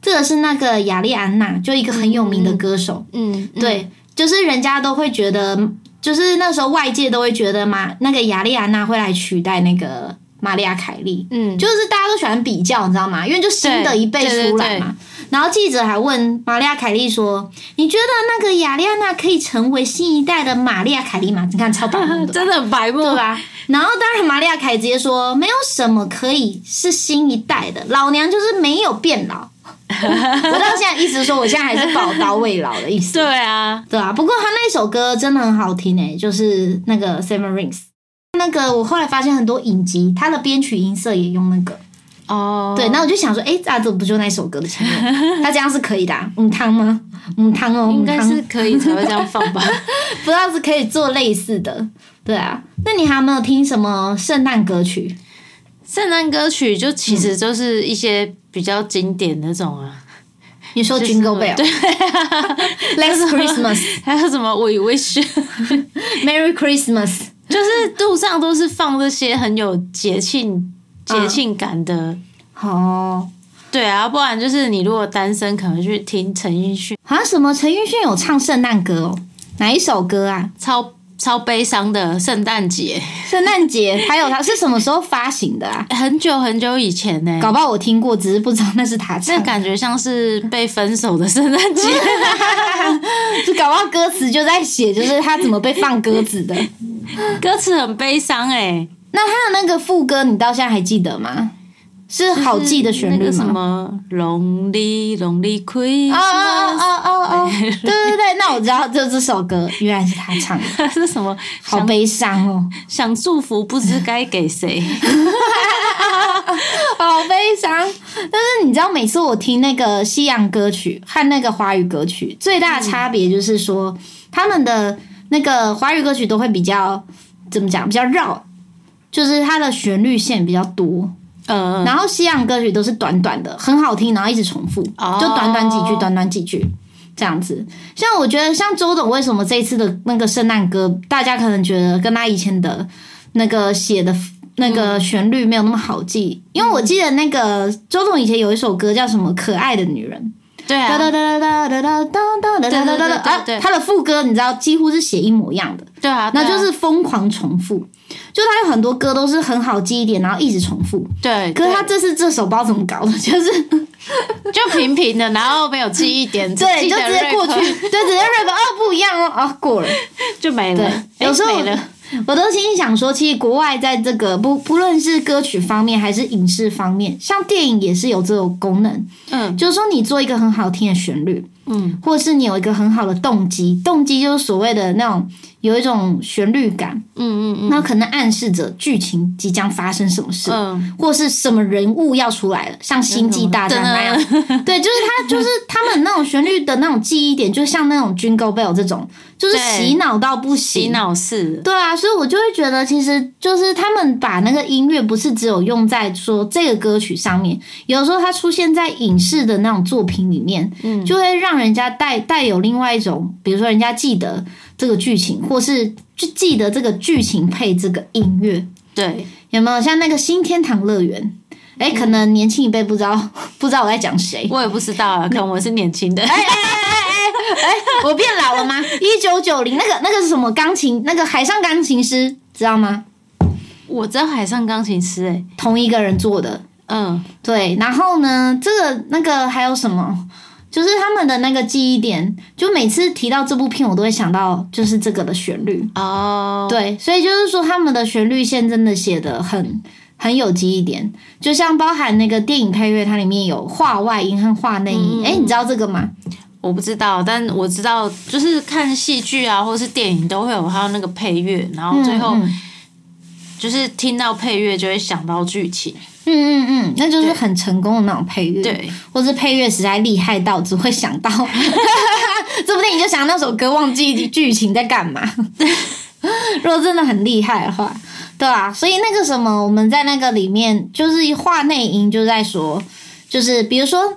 [SPEAKER 1] 这个是那个雅丽安娜，就一个很有名的歌手。
[SPEAKER 2] 嗯，
[SPEAKER 1] 对，就是人家都会觉得，就是那时候外界都会觉得嘛，那个雅丽安娜会来取代那个玛丽亚凯莉。
[SPEAKER 2] 嗯，
[SPEAKER 1] 就是大家都喜欢比较，你知道吗？因为就新的一辈出来嘛。然后记者还问玛利亚凯莉说：“你觉得那个雅丽安娜可以成为新一代的玛利亚凯莉吗？”你看超白目的，
[SPEAKER 2] 真的很白目
[SPEAKER 1] 对啊吧？然后当然玛利亚凯直接说：“没有什么可以是新一代的，老娘就是没有变老。” 我到现在一直说，我现在还是宝刀未老的意思。
[SPEAKER 2] 对啊，
[SPEAKER 1] 对啊，不过他那首歌真的很好听诶、就是那个《Seven Rings》。那个我后来发现很多影集，它的编曲音色也用那个。
[SPEAKER 2] 哦，
[SPEAKER 1] 对，那我就想说，哎、啊，这不就那首歌的前 面？他这样是可以的、啊，母汤吗？母汤哦，
[SPEAKER 2] 应
[SPEAKER 1] 母
[SPEAKER 2] 该
[SPEAKER 1] 汤，
[SPEAKER 2] 是可以才会这样放吧？
[SPEAKER 1] 不知道是可以做类似的。对啊，那你还有没有听什么圣诞歌曲？
[SPEAKER 2] 圣诞歌曲就其实就是一些比较经典那种啊，
[SPEAKER 1] 你说 Jingle Bell，
[SPEAKER 2] 对
[SPEAKER 1] Last Christmas，
[SPEAKER 2] 还有什么 We Wish，
[SPEAKER 1] Merry Christmas，
[SPEAKER 2] 就是路上都是放这些很有节庆
[SPEAKER 1] 嗯
[SPEAKER 2] 节庆感的。
[SPEAKER 1] 哦，
[SPEAKER 2] 对啊，不然就是你如果单身，可能去听陈奕迅，
[SPEAKER 1] 好像什么陈奕迅有唱圣诞歌哦，哪一首歌啊？
[SPEAKER 2] 超超悲伤的圣诞节，
[SPEAKER 1] 圣诞节还有他是什么时候发行的啊？
[SPEAKER 2] 很久很久以前呢、
[SPEAKER 1] 搞不好我听过，只是不知道那是他唱
[SPEAKER 2] 那
[SPEAKER 1] 的，
[SPEAKER 2] 感觉像是被分手的圣诞节，
[SPEAKER 1] 就搞不好歌词就在写，就是他怎么被放鸽子的。
[SPEAKER 2] 歌词很悲伤哎、
[SPEAKER 1] 那他的那个副歌，你到现在还记得吗？是
[SPEAKER 2] 就是
[SPEAKER 1] 好记的旋
[SPEAKER 2] 那
[SPEAKER 1] 律
[SPEAKER 2] 个什
[SPEAKER 1] 吗？
[SPEAKER 2] 么 Lonely Lonely
[SPEAKER 1] 哦哦
[SPEAKER 2] Christmas，、
[SPEAKER 1] 哦哦哦！对对对，那我知道，就这首歌原来是他 唱的，
[SPEAKER 2] 是什么？
[SPEAKER 1] 好
[SPEAKER 2] 想
[SPEAKER 1] 悲伤哦，
[SPEAKER 2] 想祝福，不知该给 谁。
[SPEAKER 1] 好悲伤。但是你知道，每次我听那个西洋歌曲和那个华语歌曲最大的差别就是说，他们的那个华语歌曲都会比较怎么讲，比较绕，就是它的旋律线比较多。
[SPEAKER 2] 呃，
[SPEAKER 1] 然后西洋歌曲都是短短的，很好听，然后一直重复，
[SPEAKER 2] 哦
[SPEAKER 1] 就短短几句，短短几句这样子。像我觉得，像周董为什么这一次的那个圣诞歌，大家可能觉得跟他以前的那个写的那
[SPEAKER 2] 嗯
[SPEAKER 1] 个旋律没有那么好记，因为我记得那个周董以前有一首歌叫什么《可爱的女人》。
[SPEAKER 2] 对
[SPEAKER 1] 哒
[SPEAKER 2] 啊，
[SPEAKER 1] 哒哒哒哒哒哒哒哒哒哒哒，啊，他的副歌你知道几乎是写一模一样的，
[SPEAKER 2] 对啊，
[SPEAKER 1] 那
[SPEAKER 2] 对啊
[SPEAKER 1] 就是疯狂重复，就他有很多歌都是很好记一点，然后一直重复，
[SPEAKER 2] 对，
[SPEAKER 1] 可是他这次这首不知道怎么搞的， 就是
[SPEAKER 2] 对就平平的，然后没有记忆点，只
[SPEAKER 1] 对，
[SPEAKER 2] 记
[SPEAKER 1] 就
[SPEAKER 2] 得
[SPEAKER 1] 直接过去，
[SPEAKER 2] rap
[SPEAKER 1] 对，直接 rap 哦，不一样哦，啊、过了。
[SPEAKER 2] 就没
[SPEAKER 1] 对
[SPEAKER 2] 了。哎
[SPEAKER 1] 有时候
[SPEAKER 2] 没了，
[SPEAKER 1] 我都心里想说，其实国外在这个不不论是歌曲方面还是影视方面，像电影也是有这种功能，
[SPEAKER 2] 嗯
[SPEAKER 1] 就是说你做一个很好听的旋律，
[SPEAKER 2] 嗯，
[SPEAKER 1] 或者是你有一个很好的动机，动机就是所谓的那种有一种旋律感，
[SPEAKER 2] 嗯嗯
[SPEAKER 1] 那可能暗示着剧情即将发生什么事。
[SPEAKER 2] 嗯，
[SPEAKER 1] 或是什么人物要出来了，像《星际大战》那样， 对，就是他，就是他们那种旋律的那种记忆点，就像那种 Jingle Bell 这种，就是
[SPEAKER 2] 对
[SPEAKER 1] 洗脑到不
[SPEAKER 2] 洗
[SPEAKER 1] 行。
[SPEAKER 2] 脑式，
[SPEAKER 1] 对啊，所以我就会觉得，其实就是他们把那个音乐不是只有用在说这个歌曲上面，有时候它出现在影视的那种作品里面，
[SPEAKER 2] 嗯
[SPEAKER 1] 就会让人家带带有另外一种，比如说人家记得这个剧情，或是就记得这个剧情配这个音乐。
[SPEAKER 2] 对，
[SPEAKER 1] 有没有像那个新天堂乐园？哎、可能年轻一辈不知道不知道我在讲 谁。
[SPEAKER 2] 我也不知道啊，可能我是年轻的，
[SPEAKER 1] 哎、我变老了吗？一九九零那个那个是什么钢琴？那个海上钢琴师知道吗？
[SPEAKER 2] 我知道海上钢琴师，哎，
[SPEAKER 1] 同一个人做的。
[SPEAKER 2] 嗯，
[SPEAKER 1] 对，然后呢，这个那个还有什么？就是他们的那个记忆点，就每次提到这部片，我都会想到就是这个的旋律。
[SPEAKER 2] 哦，
[SPEAKER 1] 对，所以就是说他们的旋律线真的写的很很有记忆点，就像包含那个电影配乐，它里面有画外音和画内
[SPEAKER 2] 嗯
[SPEAKER 1] 音。哎、你知道这个吗？
[SPEAKER 2] 我不知道，但我知道，就是看戏剧啊，或是电影都会有还有那个配乐，然后最后
[SPEAKER 1] 嗯嗯
[SPEAKER 2] 就是听到配乐就会想到剧情。
[SPEAKER 1] 嗯嗯嗯，那就是很成功的那种配乐，
[SPEAKER 2] 对，
[SPEAKER 1] 或是配乐实在厉害到只会想到这部电影就想那首歌，忘记剧情在干嘛。如果真的很厉害的话，对啊，所以那个什么，我们在那个里面就是画内音，就在说，就是比如说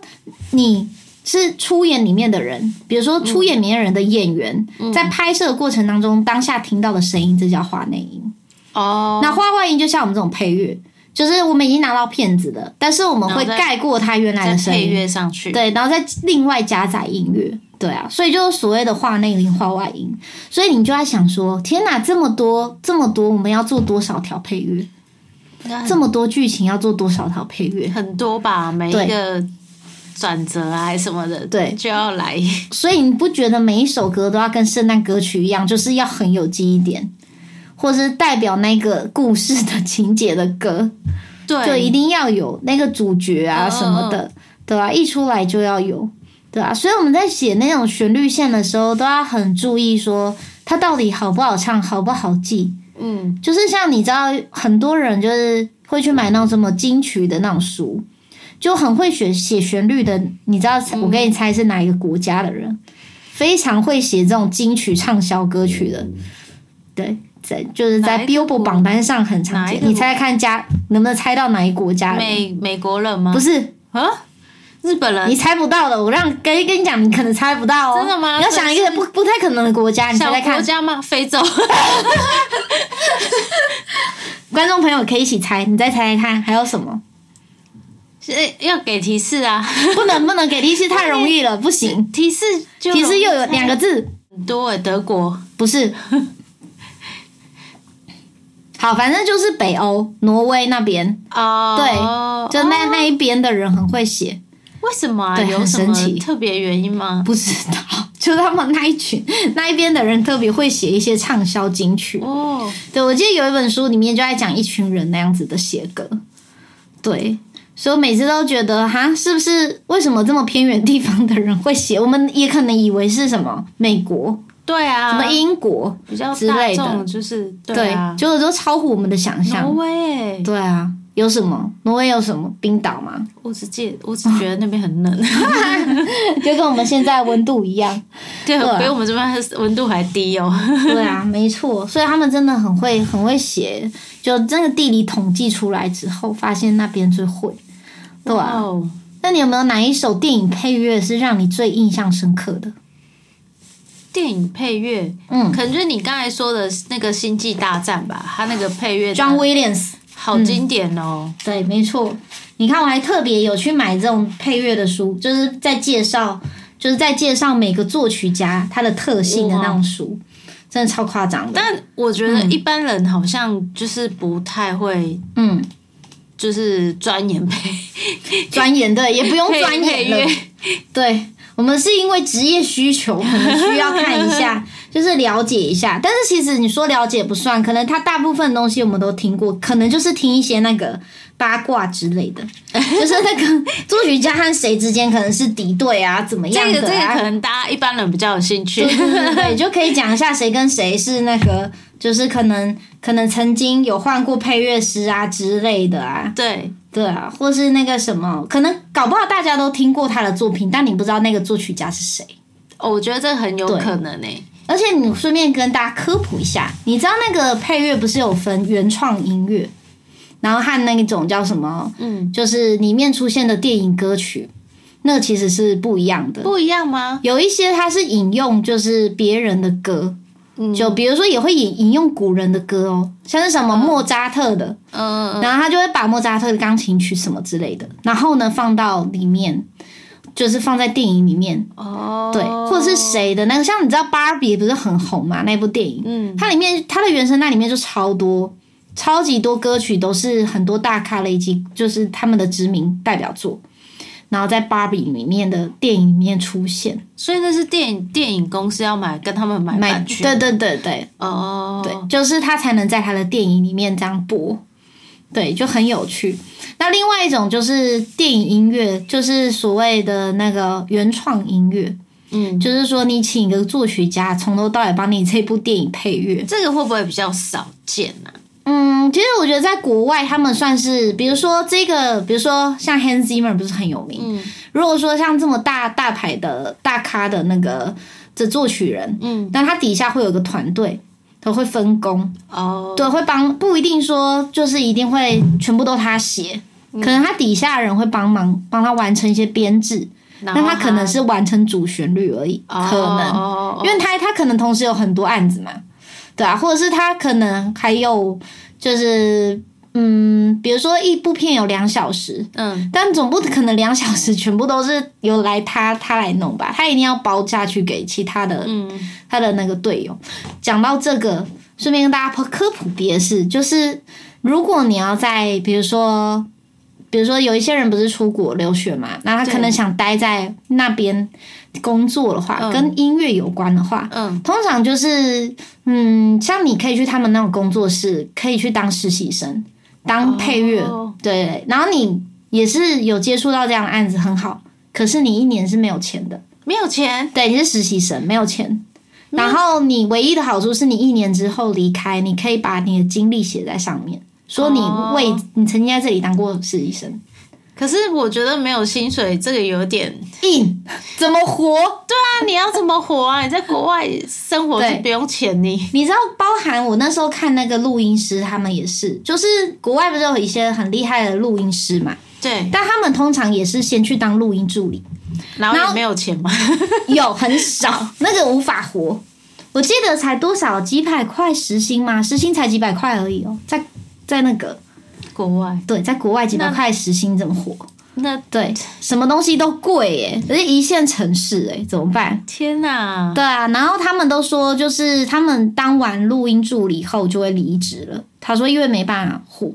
[SPEAKER 1] 你是出演里面的人，比如说出演里面的人的演员，在拍摄的过程当中，当下听到的声音，这叫画内音。
[SPEAKER 2] 哦，
[SPEAKER 1] 那画外音就像我们这种配乐，就是我们已经拿到片子了，但是我们会
[SPEAKER 2] 然后再
[SPEAKER 1] 盖过它原来
[SPEAKER 2] 再
[SPEAKER 1] 的声
[SPEAKER 2] 配
[SPEAKER 1] 音，
[SPEAKER 2] 乐上去。
[SPEAKER 1] 对，然后再另外加载音乐，对啊，所以就是所谓的画内音、画外音，所以你就在想说，天哪，这么多这么多，我们要做多少条配乐？这么多剧情要做多少条配乐？
[SPEAKER 2] 很多吧，每一个转折啊，还是什么的，
[SPEAKER 1] 对
[SPEAKER 2] 就要 来。
[SPEAKER 1] 所以你不觉得每一首歌都要跟圣诞歌曲一样，就是要很有记忆点，或是代表那个故事的情节的歌？就一
[SPEAKER 2] 对，
[SPEAKER 1] 定要有那个主角啊
[SPEAKER 2] 嗯
[SPEAKER 1] 什么的，对吧、一出来就要有，对吧、啊所以我们在写那种旋律线的时候，都要很注意说它到底好不好唱，好不好记。
[SPEAKER 2] 嗯，
[SPEAKER 1] 就是像你知道，很多人就是会去买那种什么金曲的那种书，就很会写写旋律的。你知道，我跟你猜是哪一个国家的人？非常会写这种金曲畅销歌曲的，
[SPEAKER 2] 嗯
[SPEAKER 1] 对，在就是
[SPEAKER 2] 哪
[SPEAKER 1] 在
[SPEAKER 2] 一个国
[SPEAKER 1] Billboard 榜单上很常
[SPEAKER 2] 哪
[SPEAKER 1] 见。
[SPEAKER 2] 一个国
[SPEAKER 1] 你猜猜看家能不能猜到哪一国家人？
[SPEAKER 2] 美美国人吗？
[SPEAKER 1] 不是，
[SPEAKER 2] 啊，日本人
[SPEAKER 1] 你猜不到的。我让跟跟你讲，你可能猜不到哦。
[SPEAKER 2] 真的吗
[SPEAKER 1] 你要想一个不不太可能的国家，你猜
[SPEAKER 2] 小
[SPEAKER 1] 猜
[SPEAKER 2] 国
[SPEAKER 1] 看。
[SPEAKER 2] 家吗？非洲
[SPEAKER 1] 观众朋友可以一起猜，你再猜猜看还有什么？
[SPEAKER 2] 是要给提示啊，
[SPEAKER 1] 不能不能给提示，太容易了，不行。
[SPEAKER 2] 提示就
[SPEAKER 1] 提示又有
[SPEAKER 2] 容易
[SPEAKER 1] 两个字，
[SPEAKER 2] 很多诶，德国、
[SPEAKER 1] 不 是。好，反正就是北欧，挪威那边，
[SPEAKER 2] 哦，
[SPEAKER 1] 就那那一边的人很会写，
[SPEAKER 2] 为什么啊？
[SPEAKER 1] 对
[SPEAKER 2] 有
[SPEAKER 1] 很
[SPEAKER 2] 什
[SPEAKER 1] 神
[SPEAKER 2] 么
[SPEAKER 1] 奇
[SPEAKER 2] 特别原因吗？
[SPEAKER 1] 不知道， 就是他们那一群那一边的人特别会写一些畅销金曲。
[SPEAKER 2] 哦，
[SPEAKER 1] 对，我记得有一本书里面就在讲一群人那样子的写歌，对，所以我每次都觉得哈，是不是为什么这么偏远地方的人会写？我们也可能以为是什么美国、
[SPEAKER 2] 对啊，
[SPEAKER 1] 什么英国，
[SPEAKER 2] 比较
[SPEAKER 1] 之
[SPEAKER 2] 大
[SPEAKER 1] 类的
[SPEAKER 2] 众就是对
[SPEAKER 1] 对
[SPEAKER 2] 啊，，
[SPEAKER 1] 结果都超乎我们的想象
[SPEAKER 2] 挪。威欸，
[SPEAKER 1] 对啊，有什么？挪威有什么？冰岛吗？
[SPEAKER 2] 我只记我只觉得那边很冷，
[SPEAKER 1] 就跟我们现在温度一样。
[SPEAKER 2] 对
[SPEAKER 1] 对，啊
[SPEAKER 2] 比我们这边还是温度还低哦。
[SPEAKER 1] 对啊， 没错。所以他们真的很会，很会写。就真的地理统计出来之后，发现那边最会。对啊。
[SPEAKER 2] 哦，
[SPEAKER 1] 那你有没有哪一首电影配乐是让你最印象深刻的？
[SPEAKER 2] 电影配乐，
[SPEAKER 1] 嗯
[SPEAKER 2] 可能就是你刚才说的那个《星际大战》吧，它那个配乐
[SPEAKER 1] ，John Williams。
[SPEAKER 2] 好经典哦。
[SPEAKER 1] 对，没错。你看，我还特别有去买这种配乐的书，就是在介绍，就是在介绍每个作曲家他的特性的那种书，真的超夸张的。
[SPEAKER 2] 但我觉得一般人好像就是不太会，
[SPEAKER 1] 嗯，
[SPEAKER 2] 就是钻研配
[SPEAKER 1] 钻研对，也不用
[SPEAKER 2] 配
[SPEAKER 1] 钻
[SPEAKER 2] 配
[SPEAKER 1] 研了
[SPEAKER 2] 乐。。
[SPEAKER 1] 对，我们是因为职业需求，可能需要看一 下，就是了解一下。但是其实你说了解不算，可能他大部分东西我们都听过，可能就是听一些那个八卦之类的，就是那个作曲家和谁之间可能是敌对啊，怎么样的、
[SPEAKER 2] 这
[SPEAKER 1] 啊
[SPEAKER 2] 个这个可能大家一般人比较有兴趣。
[SPEAKER 1] 对对对对，就可以讲一下谁跟谁是那个，就是可能可能曾经有换过配乐师啊之类的啊，
[SPEAKER 2] 对
[SPEAKER 1] 对啊，或是那个什么，可能搞不好大家都听过他的作品，但你不知道那个作曲家是谁。
[SPEAKER 2] 哦我觉得这很有
[SPEAKER 1] 对
[SPEAKER 2] 可能欸诶。
[SPEAKER 1] 而且你顺便跟大家科普一下，你知道那个配乐不是有分原创音乐，然后和那种叫什么，
[SPEAKER 2] 嗯，
[SPEAKER 1] 就是里面出现的电影歌曲，那其实是不一样的。
[SPEAKER 2] 不一样吗？
[SPEAKER 1] 有一些它是引用就是别人的歌，
[SPEAKER 2] 嗯
[SPEAKER 1] 就比如说也会引引用古人的歌哦，像是什么莫扎特的，
[SPEAKER 2] 嗯、
[SPEAKER 1] 然后他就会把莫扎特的钢琴曲什么之类的，然后呢放到里面，就是放在电影里面，
[SPEAKER 2] 哦，
[SPEAKER 1] 嗯对，或者是谁的那个，像你知道芭比不是很红嘛？那部电影，
[SPEAKER 2] 嗯，
[SPEAKER 1] 它里面它的原声带里面就超多，超级多歌曲都是很多大咖累积，就是他们的知名代表作，然后在芭比里面的电影里面出现，
[SPEAKER 2] 所以那是电影电影公司要买跟他们买版权。
[SPEAKER 1] 对对对对，
[SPEAKER 2] 哦，对
[SPEAKER 1] 就是他才能在他的电影里面这样播，对，就很有趣。那另外一种就是电影音乐，就是所谓的那个原创音乐，
[SPEAKER 2] 嗯，
[SPEAKER 1] 就是说你请一个作曲家从头到尾帮你这部电影配乐。
[SPEAKER 2] 这个会不会比较少见呢、啊
[SPEAKER 1] 嗯，嗯，其实我觉得在国外，他们算是，比如说这个，比如说像 Hans Zimmer 不是很有名。
[SPEAKER 2] 嗯
[SPEAKER 1] 如果说像这么大大牌的大咖的那个这作曲人，
[SPEAKER 2] 嗯，
[SPEAKER 1] 那他底下会有个团队，他会分工，
[SPEAKER 2] 哦，
[SPEAKER 1] 对，会帮，不一定说就是一定会全部都他写，可能他底下的人会帮忙帮他完成一些编制，
[SPEAKER 2] 那
[SPEAKER 1] 那他可能是完成主旋律而已，可能。
[SPEAKER 2] 能
[SPEAKER 1] 因为他他可能同时有很多案子嘛，对啊，或者是他可能还有就是嗯，比如说一部片有两小时，
[SPEAKER 2] 嗯
[SPEAKER 1] 但总不可能两小时全部都是由来他他来弄吧，他一定要包下去给其他的
[SPEAKER 2] 嗯
[SPEAKER 1] 他的那个队友。讲到这个，顺便跟大家科科普别的事，就是如果你要在比如说。比如说，有一些人不是出国留学嘛，那他可能
[SPEAKER 2] 对
[SPEAKER 1] 想待在那边工作的话，
[SPEAKER 2] 嗯
[SPEAKER 1] 跟音乐有关的话，
[SPEAKER 2] 嗯
[SPEAKER 1] 通常就是，嗯，像你可以去他们那种工作室，可以去当实习生，当配乐，
[SPEAKER 2] 哦
[SPEAKER 1] 对。然后你也是有接触到这样的案子，很好。可是你一年是没有钱的，
[SPEAKER 2] 没有钱，
[SPEAKER 1] 对，你是实习生，没有钱。然后你唯一的好处是你一年之后离开，你可以把你的经历写在上面，说你
[SPEAKER 2] 哦
[SPEAKER 1] 为、你曾经在这里当过实习生，
[SPEAKER 2] 可是我觉得没有薪水这个有点，
[SPEAKER 1] 硬怎么活？
[SPEAKER 2] 那你要怎么活啊？你在国外生活是
[SPEAKER 1] 对
[SPEAKER 2] 不用钱你
[SPEAKER 1] 你知道，包含我那时候看那个录音师，他们也是，就是国外不是有一些很厉害的录音师嘛，
[SPEAKER 2] 对，
[SPEAKER 1] 但他们通常也是先去当录音助理，
[SPEAKER 2] 然后
[SPEAKER 1] 然
[SPEAKER 2] 也
[SPEAKER 1] 后
[SPEAKER 2] 没有钱嘛，
[SPEAKER 1] 有很少，那个无法活。我记得才多少几百块时薪嘛，时薪才几百块而已哦，在在那个
[SPEAKER 2] 国外
[SPEAKER 1] 对，在国外几百
[SPEAKER 2] 那
[SPEAKER 1] 块时薪怎么活？
[SPEAKER 2] 那
[SPEAKER 1] 对，什么东西都贵耶，而且一线城市哎，怎么办？
[SPEAKER 2] 天哪，
[SPEAKER 1] 对啊，然后他们都说，就是他们当完录音助理后就会离职了。他说，因为没办法活，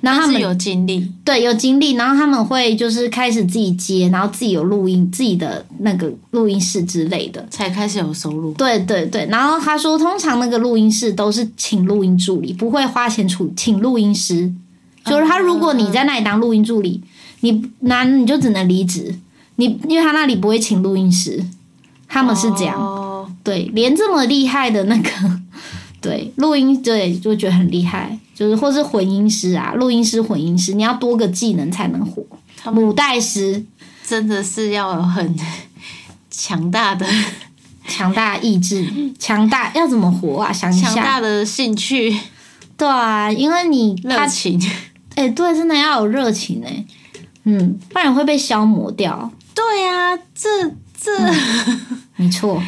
[SPEAKER 1] 然后他
[SPEAKER 2] 但是
[SPEAKER 1] 们
[SPEAKER 2] 有经历，
[SPEAKER 1] 对有经历，然后他们会就是开始自己接，然后自己有录音自己的那个录音室之类的。
[SPEAKER 2] 才开始有收入。
[SPEAKER 1] 对对对，然后他说，通常那个录音室都是请录音助理，不会花钱请请录音师。就是他，如果你在那里当录音助理，你那你就只能离职，你因为他那里不会请录音师，他们是这样。
[SPEAKER 2] 哦
[SPEAKER 1] 对，连这么厉害的那个， 对录音，对就觉得很厉害，就是或是混音师啊，录音师、混音师，你要多个技能才能火。母带师，
[SPEAKER 2] 真的是要有很强 大的、
[SPEAKER 1] 强大意志，强大要怎么活啊？想一
[SPEAKER 2] 强
[SPEAKER 1] 下，
[SPEAKER 2] 大的兴趣、
[SPEAKER 1] 对啊，因为你他
[SPEAKER 2] 热情。
[SPEAKER 1] 哎、对，真的要有热情哎、嗯，不然会被消磨掉。
[SPEAKER 2] 对呀、啊，这这、
[SPEAKER 1] 嗯没错，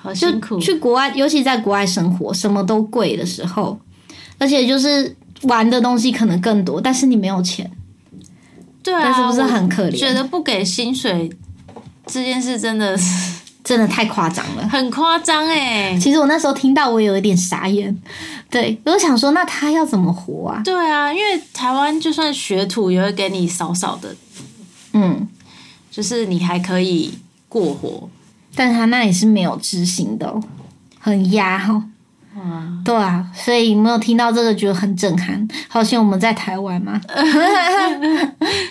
[SPEAKER 2] 好辛苦。
[SPEAKER 1] 去国外，尤其在国外生活，什么都贵的时候，而且就是玩的东西可能更多，但是你没有钱，
[SPEAKER 2] 对啊，
[SPEAKER 1] 这是不是很可
[SPEAKER 2] 我觉
[SPEAKER 1] 怜？
[SPEAKER 2] 得不给薪水这件事真的是
[SPEAKER 1] 真的太夸张了。
[SPEAKER 2] 很夸张哎。
[SPEAKER 1] 其实我那时候听到，我有一点傻眼，对，我想说，那他要怎么活啊？
[SPEAKER 2] 对啊，因为台湾就算学徒也会给你少少的，
[SPEAKER 1] 嗯，
[SPEAKER 2] 就是你还可以过活。
[SPEAKER 1] 但他那里是没有执行的、哦，很压哦。
[SPEAKER 2] 哇，
[SPEAKER 1] 对啊，所以没有听到这个，觉得很震撼。好像我们在台湾 嘛，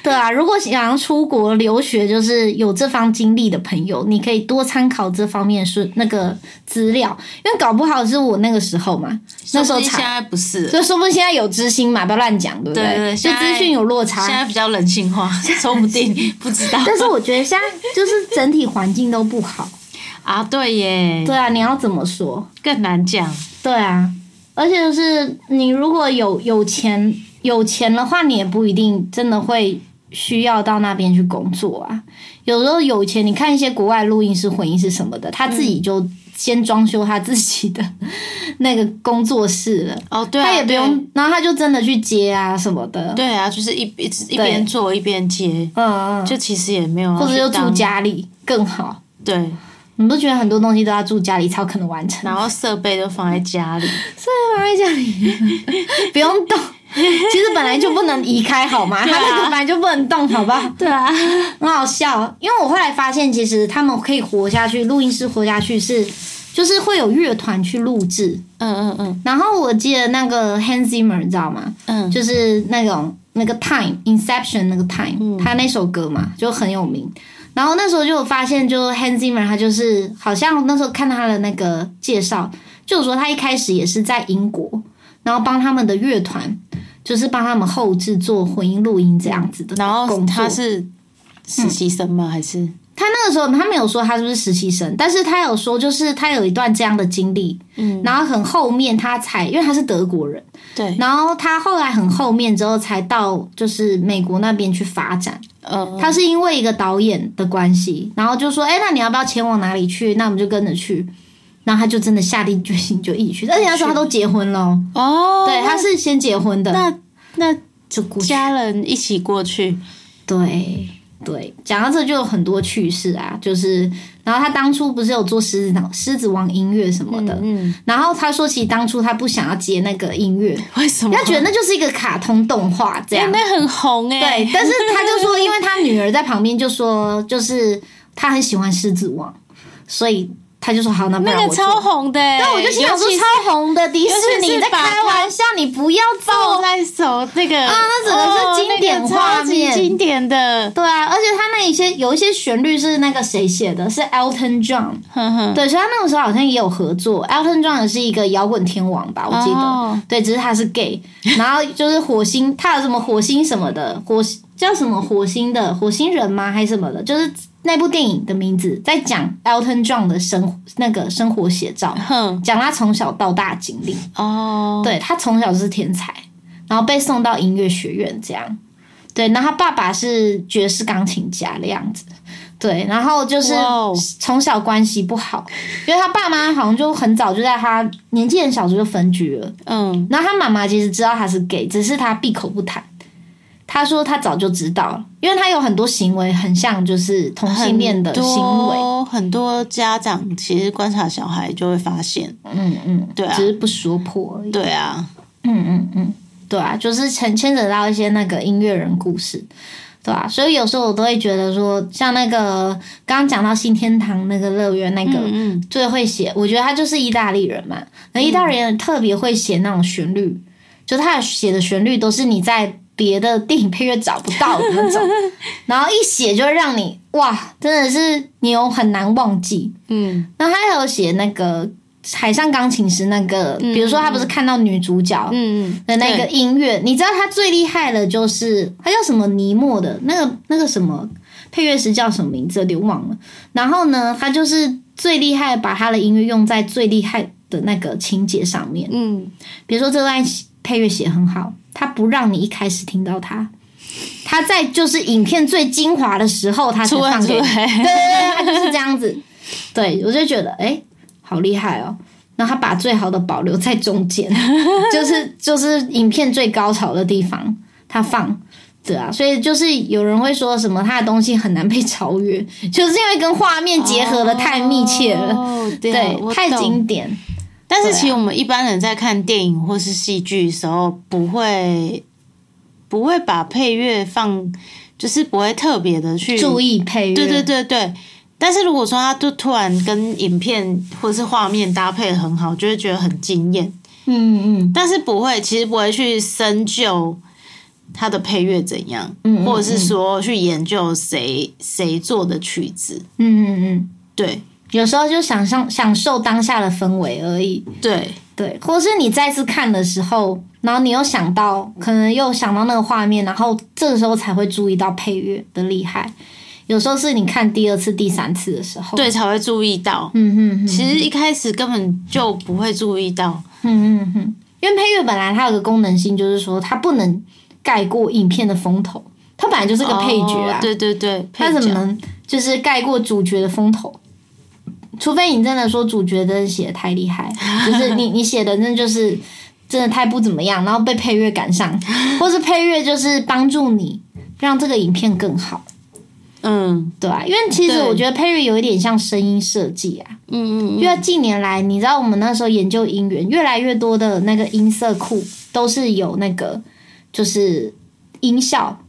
[SPEAKER 1] 对啊。如果想要出国留学，就是有这方经历的朋友，你可以多参考这方面是那个资料，因为搞不好是我那个时候嘛，那时候
[SPEAKER 2] 说不定现
[SPEAKER 1] 查，
[SPEAKER 2] 在不是了，
[SPEAKER 1] 就说不定现在有知心嘛，不要乱讲，对不
[SPEAKER 2] 对对对
[SPEAKER 1] 就
[SPEAKER 2] 现在
[SPEAKER 1] 资讯有落差，
[SPEAKER 2] 现在比较人 性化，说不定不知道
[SPEAKER 1] 但是我觉得现在就是整体环境都不好。
[SPEAKER 2] 啊。 对耶，
[SPEAKER 1] 对啊，你要怎么说？
[SPEAKER 2] 更难讲。
[SPEAKER 1] 对啊，而且就是你如果有有钱有钱的话，你也不一定真的会需要到那边去工作啊。有时候有钱，你看一些国外录音师、混音师什么的，他自己就先装修他自己的那个工作室了，
[SPEAKER 2] 哦，对、啊，
[SPEAKER 1] 他也不
[SPEAKER 2] 对
[SPEAKER 1] 用，然后他就真的去接啊什么的。
[SPEAKER 2] 对啊，就是一一直一边做一边接，
[SPEAKER 1] 嗯嗯，
[SPEAKER 2] 就其实也没有要
[SPEAKER 1] 或者
[SPEAKER 2] 去
[SPEAKER 1] 就住
[SPEAKER 2] 当
[SPEAKER 1] 家里更好。
[SPEAKER 2] 对，
[SPEAKER 1] 你不觉得很多东西都要住家里才有可能完成？
[SPEAKER 2] 然后设备都放在家里，
[SPEAKER 1] 所以放在家里，不用 动。其实本来就不能移开，好吗？它那个本来就不能动，好不好？
[SPEAKER 2] 啊对啊，
[SPEAKER 1] 很好笑，因为我后来发现，其实他们可以活下去，录音师活下去是，就是会有乐团去录制。
[SPEAKER 2] 嗯嗯嗯
[SPEAKER 1] 然后我记得那个 Hans Zimmer，你知道吗？
[SPEAKER 2] 嗯，
[SPEAKER 1] 就是那种那个 Time Inception 那个 Time，、他
[SPEAKER 2] 嗯
[SPEAKER 1] 那首歌嘛就很有名。然后那时候就有发现，就 Hans Zimmer 他就是好像那时候看他的那个介绍，就有说他一开始也是在英国，然后帮他们的乐团，就是帮他们后制做混音录音这样子的
[SPEAKER 2] 嗯然后
[SPEAKER 1] 工作。
[SPEAKER 2] 他是实习生吗？还是
[SPEAKER 1] 他那个时候他没有说他是不是实习生，但是他有说就是他有一段这样的经历，嗯，然后很后面他才，因为他是德国人，
[SPEAKER 2] 对，
[SPEAKER 1] 然后他后来很后面之后才到就是美国那边去发展，
[SPEAKER 2] 呃，
[SPEAKER 1] 他是因为一个导演的关系，然后就说，哎、那你要不要前往哪里去？那我们就跟着去。然后他就真的下定决心就一起去，而且那时候他都结婚了哦，
[SPEAKER 2] 哦，
[SPEAKER 1] 对，他是先结婚的，
[SPEAKER 2] 那那
[SPEAKER 1] 就过去。
[SPEAKER 2] 家人一起过去，
[SPEAKER 1] 对对，讲到这就有很多趣事啊，就是，然后他当初不是有做狮子王狮子王音乐什么的，
[SPEAKER 2] 嗯，
[SPEAKER 1] 然后他说其实当初他不想要接那个音乐，
[SPEAKER 2] 为什么？
[SPEAKER 1] 他觉得那就是一个卡通动画这
[SPEAKER 2] 哎
[SPEAKER 1] 样，
[SPEAKER 2] 那很红哎，
[SPEAKER 1] 对，但是他就说，因为他女儿在旁边就说，就是他很喜欢狮子王，所以他就说好，那不然
[SPEAKER 2] 那
[SPEAKER 1] 我
[SPEAKER 2] 个
[SPEAKER 1] 做
[SPEAKER 2] 超红的哎，
[SPEAKER 1] 对，我就心想说
[SPEAKER 2] 尤其是
[SPEAKER 1] 超红的迪士
[SPEAKER 2] 尤其
[SPEAKER 1] 尼
[SPEAKER 2] 是
[SPEAKER 1] 在
[SPEAKER 2] 把
[SPEAKER 1] 开
[SPEAKER 2] 它
[SPEAKER 1] 玩笑，你不要做
[SPEAKER 2] 抱在手那个啊
[SPEAKER 1] 那整个是经典画面
[SPEAKER 2] 经典的，
[SPEAKER 1] 对啊，而且他那一些有一些旋律是那个谁写的？是 Elton John。
[SPEAKER 2] 哼哼，
[SPEAKER 1] 对，所以他那个时候好像也有合作。Elton John 也是一个摇滚天王吧，我记得。
[SPEAKER 2] 哦
[SPEAKER 1] 对，只是他是 gay，然后就是火星， 他有什么火星什么的，火叫什么火星的火星人吗？还是什么的？就是那部电影的名字在讲 Elton John 的生那个生活写照，
[SPEAKER 2] 哼，
[SPEAKER 1] 讲他从小到大的经历。
[SPEAKER 2] 哦，
[SPEAKER 1] 对他从小就是天才，然后被送到音乐学院这样。对，然后他爸爸是爵士钢琴家的样子。对，然后就是
[SPEAKER 2] 哇哦
[SPEAKER 1] 从小关系不好，因为他爸妈好像就很早就在他年纪很小就分居了。
[SPEAKER 2] 嗯，
[SPEAKER 1] 然后他妈妈其实知道他是 gay，只是他闭口不谈。他说他早就知道了，因为他有很多行为很像就是同性恋的行为，
[SPEAKER 2] 为，很多家长其实观察小孩就会发现，
[SPEAKER 1] 嗯嗯，
[SPEAKER 2] 对啊
[SPEAKER 1] 只是不说破而已。
[SPEAKER 2] 对啊，
[SPEAKER 1] 嗯嗯嗯，对啊，就是牵牵扯到一些那个音乐人故事，对啊，所以有时候我都会觉得说，像那个刚刚讲到新天堂那个乐园那个。
[SPEAKER 2] 嗯嗯，
[SPEAKER 1] 最会写，我觉得他就是意大利人嘛。那意大利人特别会写那种旋律，就他写的旋律都是你在别的电影配乐找不到的那种，然后一写就会让你哇，真的是你有很难忘记。
[SPEAKER 2] 嗯，
[SPEAKER 1] 那他还有写那个海上钢琴师那个，比如说他不是看到女主角，
[SPEAKER 2] 嗯
[SPEAKER 1] 的那个音乐，你知道他最厉害的就是他叫什么尼莫的那个那个什么配乐师叫什么名字，有点忘了。然后呢，他就是最厉害，把他的音乐用在最厉害的那个情节上面。
[SPEAKER 2] 嗯，
[SPEAKER 1] 比如说这段配乐写很好，他不让你一开始听到他，他在就是影片最精华的时候，他才
[SPEAKER 2] 突然
[SPEAKER 1] 放
[SPEAKER 2] 出
[SPEAKER 1] 给你。对对
[SPEAKER 2] 来，
[SPEAKER 1] 对，他就是这样子。对我就觉得，哎、好厉害哦。那他把最好的保留在中 间，就是就是影片最高潮的地方，他放。对啊，所以就是有人会说什么他的东西很难被超越， 就是因为跟画面结合的太密切了，
[SPEAKER 2] 哦、对啊
[SPEAKER 1] 对，
[SPEAKER 2] 我
[SPEAKER 1] 太
[SPEAKER 2] 懂
[SPEAKER 1] 经典。
[SPEAKER 2] 但是其实我们一般人在看电影或是戏剧的时候，不会不会把配乐放，就是不会特别的去
[SPEAKER 1] 注意配乐，
[SPEAKER 2] 嗯对对对对。但是如果说它就突然跟影片或是画面搭配得很好，就会觉得很惊艳。
[SPEAKER 1] 嗯，嗯
[SPEAKER 2] 但是不会，其实不会去深究它的配乐怎样，
[SPEAKER 1] 嗯嗯
[SPEAKER 2] 或者是说去研究谁谁做的曲子。
[SPEAKER 1] 嗯嗯嗯，
[SPEAKER 2] 对
[SPEAKER 1] 有时候就想象享受当下的氛围而已。
[SPEAKER 2] 对，
[SPEAKER 1] 对，或是你再次看的时候，然后你又想到，可能又想到那个画面，然后这个时候才会注意到配乐的厉害。有时候是你看第二次、第三次的时候，，
[SPEAKER 2] 对才会注意到。
[SPEAKER 1] 嗯嗯嗯
[SPEAKER 2] 其实一开始根本就不会注意到。
[SPEAKER 1] 嗯嗯嗯，因为配乐本来它有个功能性，就是说它不能盖过影片的风头，它本来就是个配角啊，
[SPEAKER 2] 哦对对对，
[SPEAKER 1] 它
[SPEAKER 2] 配角
[SPEAKER 1] 怎么能就是盖过主角的风头？除非你真的说主角真的写的太厉害，就是你你写的真的就是真的太不怎么样，然后被配乐赶上，或是配乐就是帮助你让这个影片更好，
[SPEAKER 2] 嗯
[SPEAKER 1] 对啊，因为其实
[SPEAKER 2] 对
[SPEAKER 1] 我觉得配乐有一点像声音设计啊，
[SPEAKER 2] 嗯嗯
[SPEAKER 1] 因为近年来你知道我们那时候研究音源，越来越多的那个音色库都是有那个就是音效，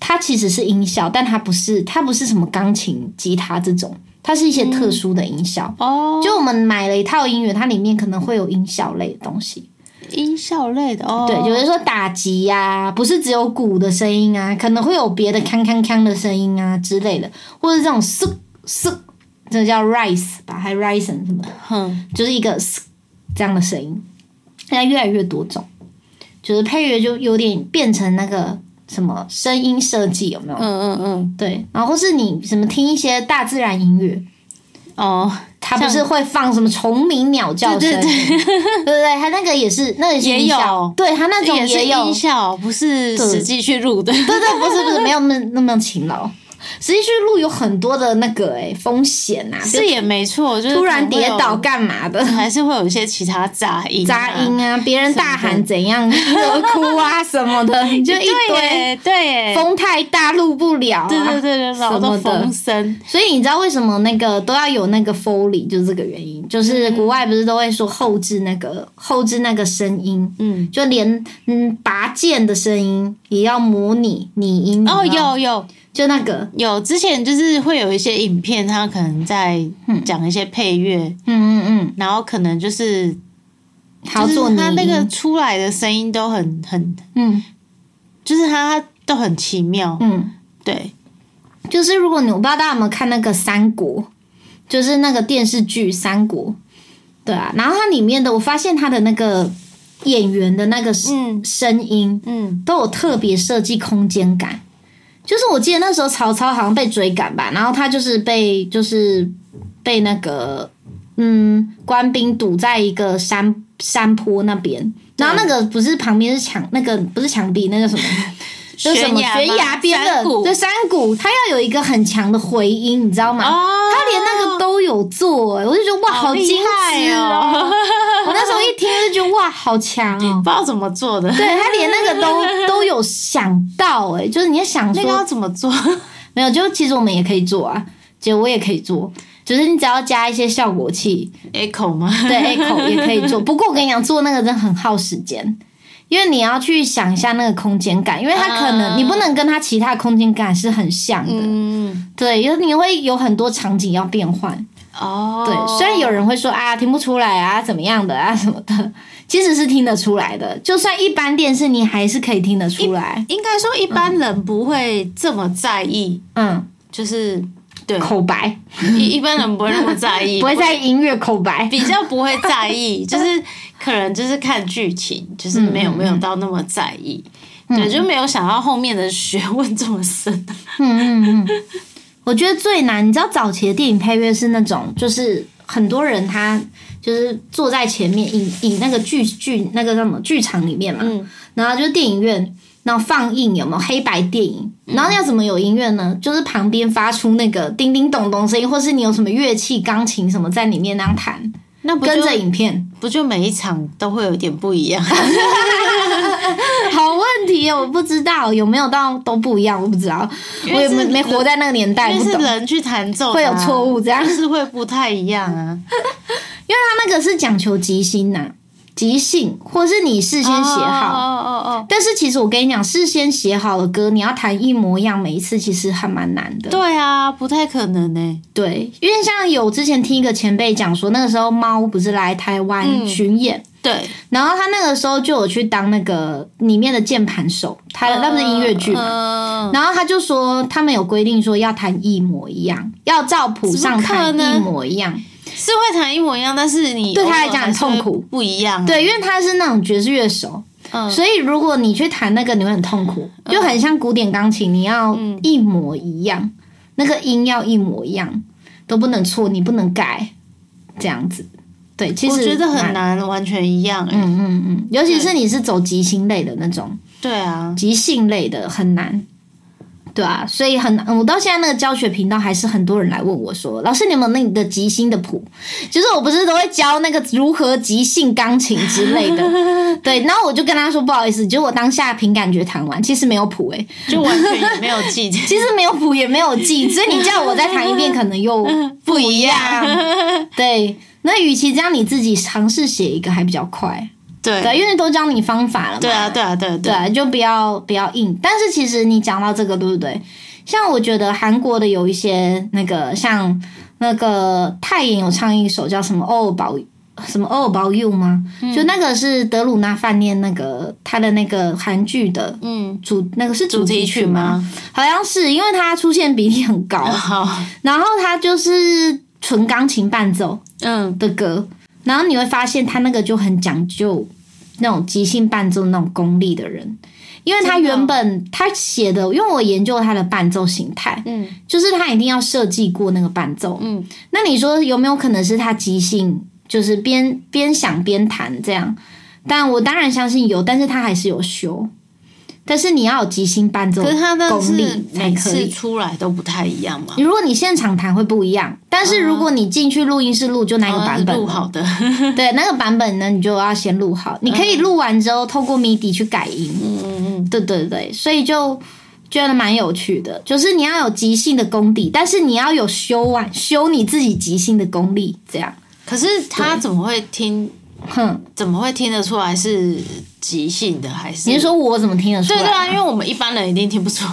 [SPEAKER 1] 它其实是音效，但它不是它不是什么钢琴、吉他这种，它是一些特殊的音效。
[SPEAKER 2] 哦，
[SPEAKER 1] 就我们买了一套音源，它里面可能会有音效类的东西。
[SPEAKER 2] 音效类的哦，
[SPEAKER 1] 对，有人说打击呀、不是只有鼓的声音啊，可能会有别的锵锵锵的声音啊之类的，或者这种嗖嗖，这叫 rise 吧，还 risen 什么的。
[SPEAKER 2] 哼
[SPEAKER 1] 就是一个嘶这样的声音，现在越来越多种，就是配乐就有点变成那个什么声音设计有没有？
[SPEAKER 2] 嗯嗯嗯，
[SPEAKER 1] 对，然后或是你什么听一些大自然音乐，
[SPEAKER 2] 哦，
[SPEAKER 1] 它不是会放什么虫鸣鸟叫声，
[SPEAKER 2] 对 对
[SPEAKER 1] 对不对？它那个也是，那个是
[SPEAKER 2] 也
[SPEAKER 1] 音效
[SPEAKER 2] 有
[SPEAKER 1] 对它那种
[SPEAKER 2] 也是
[SPEAKER 1] 有
[SPEAKER 2] 音效，不是
[SPEAKER 1] 对
[SPEAKER 2] 实际去录的。
[SPEAKER 1] 对对，不是不是，没有那么那么勤劳。实际去录有很多的那个哎、风险呐、啊，
[SPEAKER 2] 是也没错，就是
[SPEAKER 1] 就突然
[SPEAKER 2] 可能会
[SPEAKER 1] 跌
[SPEAKER 2] 有
[SPEAKER 1] 倒，干嘛的？
[SPEAKER 2] 还是会有一些其他杂音啊、
[SPEAKER 1] 杂音啊，别人大
[SPEAKER 2] 什么
[SPEAKER 1] 喊怎样何哭啊什么的，你就
[SPEAKER 2] 对
[SPEAKER 1] 一堆
[SPEAKER 2] 耶，对耶，
[SPEAKER 1] 风太大录不了、啊。
[SPEAKER 2] 对对对对，
[SPEAKER 1] 什
[SPEAKER 2] 老
[SPEAKER 1] 么
[SPEAKER 2] 的
[SPEAKER 1] 的
[SPEAKER 2] 风。声，
[SPEAKER 1] 所以你知道为什么那个都要有那个 foley，就是这个原因，就是国外不是都会说后置那个后置那个声音，
[SPEAKER 2] 嗯，
[SPEAKER 1] 就连嗯拔剑的声音也要模拟拟音
[SPEAKER 2] 哦，
[SPEAKER 1] 没
[SPEAKER 2] 有有
[SPEAKER 1] 就那个
[SPEAKER 2] 有，之前就是会有一些影片，它可能在讲一些配乐，
[SPEAKER 1] 嗯嗯嗯。
[SPEAKER 2] 然后可能就是
[SPEAKER 1] 还要
[SPEAKER 2] 就
[SPEAKER 1] 做
[SPEAKER 2] 是
[SPEAKER 1] 你
[SPEAKER 2] 它那个出来的声音都很很，
[SPEAKER 1] 嗯
[SPEAKER 2] 就是它都很奇妙，
[SPEAKER 1] 嗯，
[SPEAKER 2] 对，
[SPEAKER 1] 就是如果你我不知道大家有没有看那个《三国》，就是那个电视剧《三国》，对啊，然后它里面的我发现它的那个演员的那个声
[SPEAKER 2] 嗯
[SPEAKER 1] 声音
[SPEAKER 2] 嗯，
[SPEAKER 1] 都有特别设计空间感。就是我记得那时候曹操好像被追赶吧，然后他就是被就是被那个嗯官兵堵在一个山山坡那边，然后那个不是旁边是墙，那个不是墙壁，那个什 么就是什么
[SPEAKER 2] 崖
[SPEAKER 1] 悬
[SPEAKER 2] 吗
[SPEAKER 1] 崖边的
[SPEAKER 2] 山谷
[SPEAKER 1] 对山谷，它要有一一个很强的回音，你知道吗？
[SPEAKER 2] 哦，
[SPEAKER 1] 他连那个都有做、欸，我就觉得哇，好
[SPEAKER 2] 厉
[SPEAKER 1] 精
[SPEAKER 2] 害
[SPEAKER 1] 致哦！
[SPEAKER 2] 哦，
[SPEAKER 1] 我那时候一听就觉得哇，好强哦
[SPEAKER 2] 不！知道怎么做的，
[SPEAKER 1] 对他连那个都都有想到、欸，哎，就是你也想
[SPEAKER 2] 那
[SPEAKER 1] 说、
[SPEAKER 2] 个要怎么 做？
[SPEAKER 1] 没有，就其实我们也可以做啊，姐我也可以做，就是你只要加一些效果器，
[SPEAKER 2] echo 吗？
[SPEAKER 1] 对 echo 也可以做。不过我跟你讲，做那个真的很耗时间。因为你要去想一下那个空间感，因为它可能、
[SPEAKER 2] 啊
[SPEAKER 1] 你不能跟它其他空间感是很像的，
[SPEAKER 2] 嗯，
[SPEAKER 1] 对，有你会有很多场景要变换。
[SPEAKER 2] 哦，
[SPEAKER 1] 对，虽然有人会说啊听不出来啊怎么样的啊什么的，其实是听得出来的。就算一般电视，你还是可以听得出来。
[SPEAKER 2] 应该说一般人不会这么在意，
[SPEAKER 1] 嗯，
[SPEAKER 2] 就是对
[SPEAKER 1] 口白
[SPEAKER 2] 一一般 人不会那么在意，
[SPEAKER 1] 不会在音乐口白。
[SPEAKER 2] 比较不会在 意，就是可能就是看剧情，就是没有没有到那么在意。对，就没有想到后面的学问这么深。
[SPEAKER 1] 嗯嗯嗯， 我觉得最难，你知道早期的电影配乐是那种，就是很多人他就是坐在前面，以以那个剧剧那个叫什么剧场里面嘛，
[SPEAKER 2] 嗯
[SPEAKER 1] 然后就是电影院。然后放映有没有黑白电影？然后要怎么有音乐呢？就是旁边发出那个叮叮咚咚声音，或是你有什么乐器、钢琴什么在里面那样弹，
[SPEAKER 2] 那不就
[SPEAKER 1] 跟着影片。
[SPEAKER 2] 不就每一场都会有点不一 样？
[SPEAKER 1] 好问题哦，我不知道有没有到都不一样，我不知道，
[SPEAKER 2] 因
[SPEAKER 1] 我
[SPEAKER 2] 为
[SPEAKER 1] 也
[SPEAKER 2] 是
[SPEAKER 1] 没没活在那个年代，
[SPEAKER 2] 因为
[SPEAKER 1] 不
[SPEAKER 2] 是
[SPEAKER 1] 懂。
[SPEAKER 2] 人去弹奏的啊、
[SPEAKER 1] 会有错误这样
[SPEAKER 2] 就是会不太一样 啊。
[SPEAKER 1] 他那个是讲求即兴呐、即兴，或是你事
[SPEAKER 2] 事
[SPEAKER 1] 先写
[SPEAKER 2] 哦
[SPEAKER 1] 好。
[SPEAKER 2] 哦哦
[SPEAKER 1] 但是其实我跟你讲，事先写好的歌，你要弹一模一样，每一次其实还蛮难的。
[SPEAKER 2] 哦，对啊，不太可能呢、欸
[SPEAKER 1] 对，因为像有之前听一个前辈讲说，那个时候猫不是来台湾
[SPEAKER 2] 嗯
[SPEAKER 1] 巡演，
[SPEAKER 2] 对，
[SPEAKER 1] 然后他那个时候就有去当那个里面的键盘手，他的那不是音乐剧嘛。
[SPEAKER 2] 嗯，
[SPEAKER 1] 然后他就说，他们有规定说要弹一模一样，要照谱上
[SPEAKER 2] 怎么可
[SPEAKER 1] 弹一
[SPEAKER 2] 能
[SPEAKER 1] 模一样。
[SPEAKER 2] 是会弹一模一样，但是你
[SPEAKER 1] 对他
[SPEAKER 2] 偶尔
[SPEAKER 1] 来讲很
[SPEAKER 2] 还是会
[SPEAKER 1] 痛苦
[SPEAKER 2] 不一样、啊。
[SPEAKER 1] 对，因为他是那种爵士乐手，
[SPEAKER 2] 嗯，
[SPEAKER 1] 所以如果你去弹那个，你会很痛苦，就很像古典钢琴，你要
[SPEAKER 2] 嗯
[SPEAKER 1] 一模一样，那个音要一模一样，都不能错，你不能改，这样子。对，其实
[SPEAKER 2] 我觉得很
[SPEAKER 1] 蛮。
[SPEAKER 2] 难完全一样、欸。
[SPEAKER 1] 嗯嗯嗯，尤其是你是走即兴类的那种，
[SPEAKER 2] 对啊，
[SPEAKER 1] 即兴类的很难。对啊，所以很，我到现在那个教学频道还是很多人来问我说，老师你有没有那你的即兴的谱？就是我不是都会教那个如何即兴钢琴之类 的，对，然后我就跟他说不好意思，就是我当下凭感觉弹完，其实没有谱诶、欸
[SPEAKER 2] 就完全也没有记
[SPEAKER 1] 其实没有谱也没有 记，所以你叫我再弹一遍可能又
[SPEAKER 2] 不一 样。
[SPEAKER 1] 对。那与其这样，你自己尝试写一个还比较快，
[SPEAKER 2] 对
[SPEAKER 1] 对，啊因为都教你方法了嘛，
[SPEAKER 2] 对啊，对啊，对啊
[SPEAKER 1] 对
[SPEAKER 2] 对啊。
[SPEAKER 1] 啊，就不要不要硬。但是其实你讲到这个，对不对？像我觉得韩国的有一些那个，像那个泰妍有唱一首叫什么《欧宝》。什么《All About You》吗？
[SPEAKER 2] 嗯
[SPEAKER 1] 就那个是德鲁纳饭店那个他的那个韩剧的
[SPEAKER 2] 嗯，
[SPEAKER 1] 主那个是
[SPEAKER 2] 主题曲
[SPEAKER 1] 曲？
[SPEAKER 2] 吗？嗯
[SPEAKER 1] 好像是，因为它出现比例很高，
[SPEAKER 2] 好，
[SPEAKER 1] 然后它就是纯钢琴伴奏
[SPEAKER 2] 嗯，
[SPEAKER 1] 的歌，然后你会发现它那个就很讲究那种即兴伴奏那种功力的人，因为他
[SPEAKER 2] 真的哦
[SPEAKER 1] 原本他写的，因为我研究他的伴奏形态，
[SPEAKER 2] 嗯
[SPEAKER 1] 就是他一定要设计过那个伴奏。
[SPEAKER 2] 嗯，
[SPEAKER 1] 那你说有没有可能是他即兴，就是边边想边弹这样？但我当然相信有，但是他还是有修。但是你要有即兴伴奏，
[SPEAKER 2] 可是他的
[SPEAKER 1] 功力
[SPEAKER 2] 是
[SPEAKER 1] 才
[SPEAKER 2] 每
[SPEAKER 1] 可
[SPEAKER 2] 次
[SPEAKER 1] 以。
[SPEAKER 2] 出来都不太一样嘛。
[SPEAKER 1] 如果你现场弹会不一样，但
[SPEAKER 2] 哦
[SPEAKER 1] 是如果你进去录音室录，就那个版
[SPEAKER 2] 然后
[SPEAKER 1] 本
[SPEAKER 2] 录
[SPEAKER 1] 了
[SPEAKER 2] 好的，
[SPEAKER 1] 对，那个版本呢，你就要先录好。你
[SPEAKER 2] 嗯
[SPEAKER 1] 可以录完之后，透过 MIDI 去改音。嗯嗯嗯，对对对，所以就觉得蛮有趣的，就是你要有即兴的功底，但是你要有修完修你自己即兴的功力，这样。
[SPEAKER 2] 可是他怎么会听？
[SPEAKER 1] 哼，
[SPEAKER 2] 怎么会听得出来是即兴的还是？
[SPEAKER 1] 你是说我怎么听得出来
[SPEAKER 2] 对
[SPEAKER 1] 吗？
[SPEAKER 2] 对啊，因为我们一般人一定听不出来。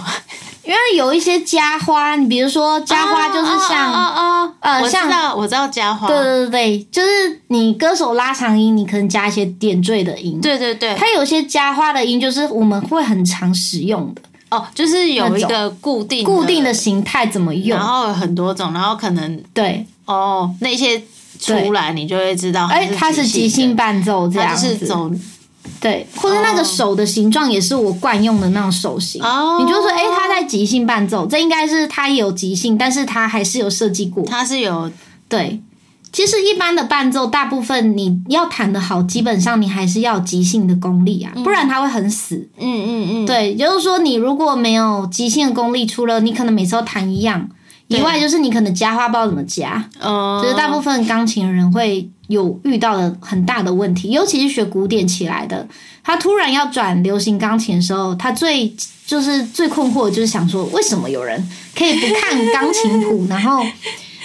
[SPEAKER 1] 因为有一些家花，你比如说家花就是像，
[SPEAKER 2] 哦哦，
[SPEAKER 1] 呃
[SPEAKER 2] 我知
[SPEAKER 1] 像
[SPEAKER 2] 道我知道家花，
[SPEAKER 1] 对对对对，就是你歌手拉长音，你可能加一些点缀的音。
[SPEAKER 2] 对对对，
[SPEAKER 1] 它有些家花的音，就是我们会很常使用的，
[SPEAKER 2] 哦，就是有一个固定
[SPEAKER 1] 固定的，形态怎么用
[SPEAKER 2] 然？后有很多种，然后可能
[SPEAKER 1] 对，
[SPEAKER 2] 哦那些出来你就会知道，
[SPEAKER 1] 哎，它是即兴，伴奏这
[SPEAKER 2] 它
[SPEAKER 1] 样
[SPEAKER 2] 就
[SPEAKER 1] 子，
[SPEAKER 2] 是走
[SPEAKER 1] 对，或者那个手的形状也是我惯用的那种手型。
[SPEAKER 2] 哦，
[SPEAKER 1] 你就说，哎、它在即兴伴奏，这应该是它有即兴，但是它还是有设计过。
[SPEAKER 2] 它是有
[SPEAKER 1] 对，其实一般的伴奏，大部分你要弹得好，基本上你还是要有即兴的功力啊，不然它会很死。
[SPEAKER 2] 嗯嗯嗯，
[SPEAKER 1] 对，也就是说，你如果没有即兴的功力，除了你可能每次都弹一样以外，就是你可能加花不知道怎么加，
[SPEAKER 2] 嗯，
[SPEAKER 1] 就是大部分钢琴人会有遇到的很大的问题，尤其是学古典起来的，他突然要转流行钢琴的时候，他最就是最困惑，就是想说，为什么有人可以不看钢琴谱，然后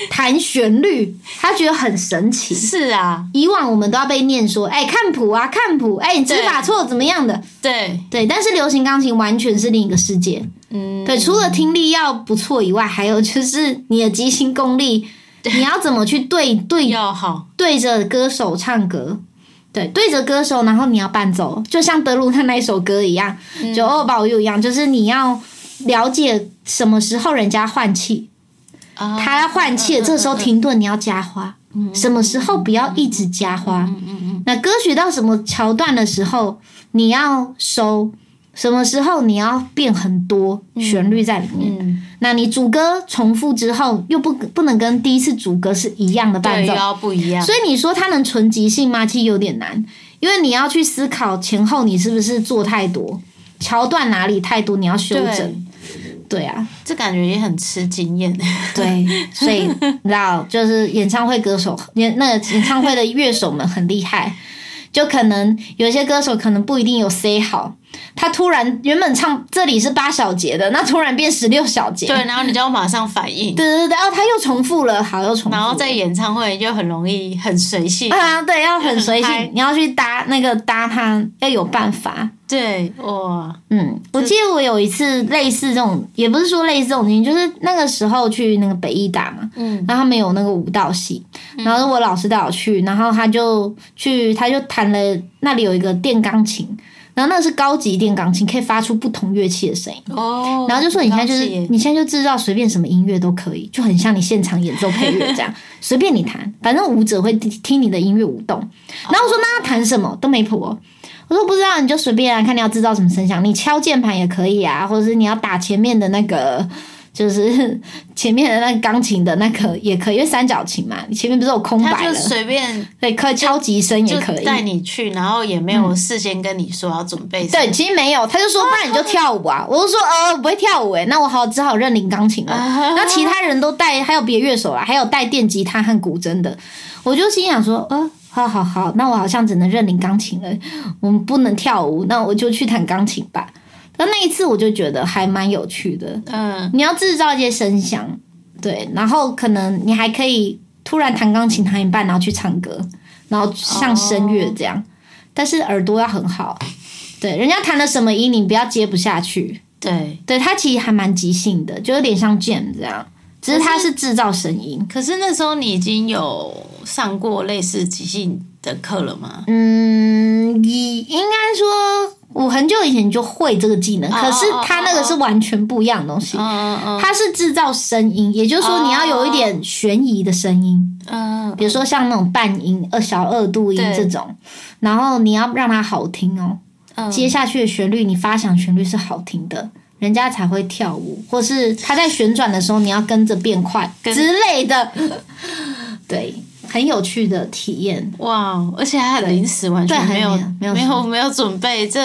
[SPEAKER 1] 弹旋律，他觉得很神奇。
[SPEAKER 2] 是啊，
[SPEAKER 1] 以往我们都要被念说，哎、看谱啊，看谱，哎、你指法错怎么样的，
[SPEAKER 2] 对，
[SPEAKER 1] 对。但是流行钢琴完全是另一个世界，
[SPEAKER 2] 嗯，
[SPEAKER 1] 对，除了听力要不错以外，还有就是你的即兴功力，你要怎么去对对
[SPEAKER 2] 要好，
[SPEAKER 1] 对着歌手唱歌。对，对着歌手，然后你要伴奏，就像德鲁纳那一首歌一样，就欧宝又一样，就是你要了解什么时候人家换气，
[SPEAKER 2] 啊嗯
[SPEAKER 1] 他要换气了，这时候停顿你要加花，什么时候不要一直加
[SPEAKER 2] 嗯
[SPEAKER 1] 花？那歌曲到什么桥段的时候你要收，什么时候你要变很多旋律在里面？
[SPEAKER 2] 嗯
[SPEAKER 1] 那你主歌重复之后又不不能跟第一次主歌是一样的伴
[SPEAKER 2] 对
[SPEAKER 1] 奏
[SPEAKER 2] 又，要不一样，
[SPEAKER 1] 所以你说它能纯即兴吗？其实有点难，因为你要去思考前后你是不是做太多，桥段哪里太多你要修
[SPEAKER 2] 对
[SPEAKER 1] 整。对啊，
[SPEAKER 2] 这感觉也很吃经验，
[SPEAKER 1] 对，所以你知道，就是演唱会歌手，演那个演唱会的乐手们很厉害，就可能有些歌手可能不一定有 say 好，他突然原本唱这里是八小节的，那突然变十六小节，
[SPEAKER 2] 对，然后你就要马上反应，
[SPEAKER 1] 对对对，哦，他又重复了，好，又重复了，
[SPEAKER 2] 然后在演唱会就很容易很随性，
[SPEAKER 1] 啊，对，要很随
[SPEAKER 2] 很嗨
[SPEAKER 1] 性，你要去搭那个搭他，要有办法。
[SPEAKER 2] 对，哇，
[SPEAKER 1] 嗯，我记得我有一次类似这种，也不是说类似这种情况，就是那个时候去那个北艺大嘛，
[SPEAKER 2] 嗯，
[SPEAKER 1] 然后他们有那个舞蹈系，然后我老师带我去，然后他就去，他就弹了那里有一个电钢琴，然后那个是高级电钢琴，可以发出不同乐器的声音，
[SPEAKER 2] 哦，
[SPEAKER 1] 然后就说你现在就是
[SPEAKER 2] 很高级耶
[SPEAKER 1] 你现在就制造随便什么音乐都可以，就很像你现场演奏配乐这 样，随便你弹，反正舞者会听听你的音乐舞动。
[SPEAKER 2] 哦
[SPEAKER 1] 然后我说那要弹什么都没谱、哦，我说不知道你就随便啊，看你要制造什么声响，你敲键盘也可以啊，或者是你要打前面的那个。就是 前面的那个钢琴的那个也可以，因为三角琴嘛，你前面不是有空
[SPEAKER 2] 他
[SPEAKER 1] 白
[SPEAKER 2] 就
[SPEAKER 1] 了，
[SPEAKER 2] 随便
[SPEAKER 1] 对，可以敲击声也
[SPEAKER 2] 就
[SPEAKER 1] 可以。嗯
[SPEAKER 2] 带你去，然后也没有事先跟你说要准备什么，
[SPEAKER 1] 对，其实没有，他就说不然你就跳舞啊，我就说呃我不会跳舞诶、那我好只好认领钢琴了。那其他人都带，还有别乐手啊，还有带电吉他和古筝的，我就心想说，呃，好好好，那我好像只能认领钢琴了，我们不能跳舞，那我就去弹钢琴吧。那那一次我就觉得还蛮有趣的，
[SPEAKER 2] 嗯，
[SPEAKER 1] 你要制造一些声响，对，然后可能你还可以突然弹钢琴弹一半，然后去唱歌，然后像声乐这样，但是耳朵要很好，对，人家弹了什么音，你不要接不下去，
[SPEAKER 2] 对。
[SPEAKER 1] 对，它其实还蛮即兴的，就有点像 jam 这样，只是它是制造声音，
[SPEAKER 2] 可是那时候你已经有上过类似即兴的课了吗？
[SPEAKER 1] 嗯嗯，以应该说我很久以前就会这个技能，
[SPEAKER 2] 哦
[SPEAKER 1] 可是它那个是完全不一样的东西。
[SPEAKER 2] 嗯嗯
[SPEAKER 1] 它是制造声音，也就是说你要有一点悬疑的声音，
[SPEAKER 2] 嗯，
[SPEAKER 1] 比如说像那种半音、二小二度音
[SPEAKER 2] 对
[SPEAKER 1] 这种，然后你要让它好听哦。
[SPEAKER 2] 嗯
[SPEAKER 1] 接下去的旋律，你发响旋律是好听的，人家才会跳舞，或是它在旋转的时候你要跟着变快
[SPEAKER 2] 跟
[SPEAKER 1] 之类 的。对，很有趣的体验。
[SPEAKER 2] 哇，而且还很临时，完全
[SPEAKER 1] 对
[SPEAKER 2] 没有
[SPEAKER 1] 很临
[SPEAKER 2] 没
[SPEAKER 1] 没有
[SPEAKER 2] 有没有准备，这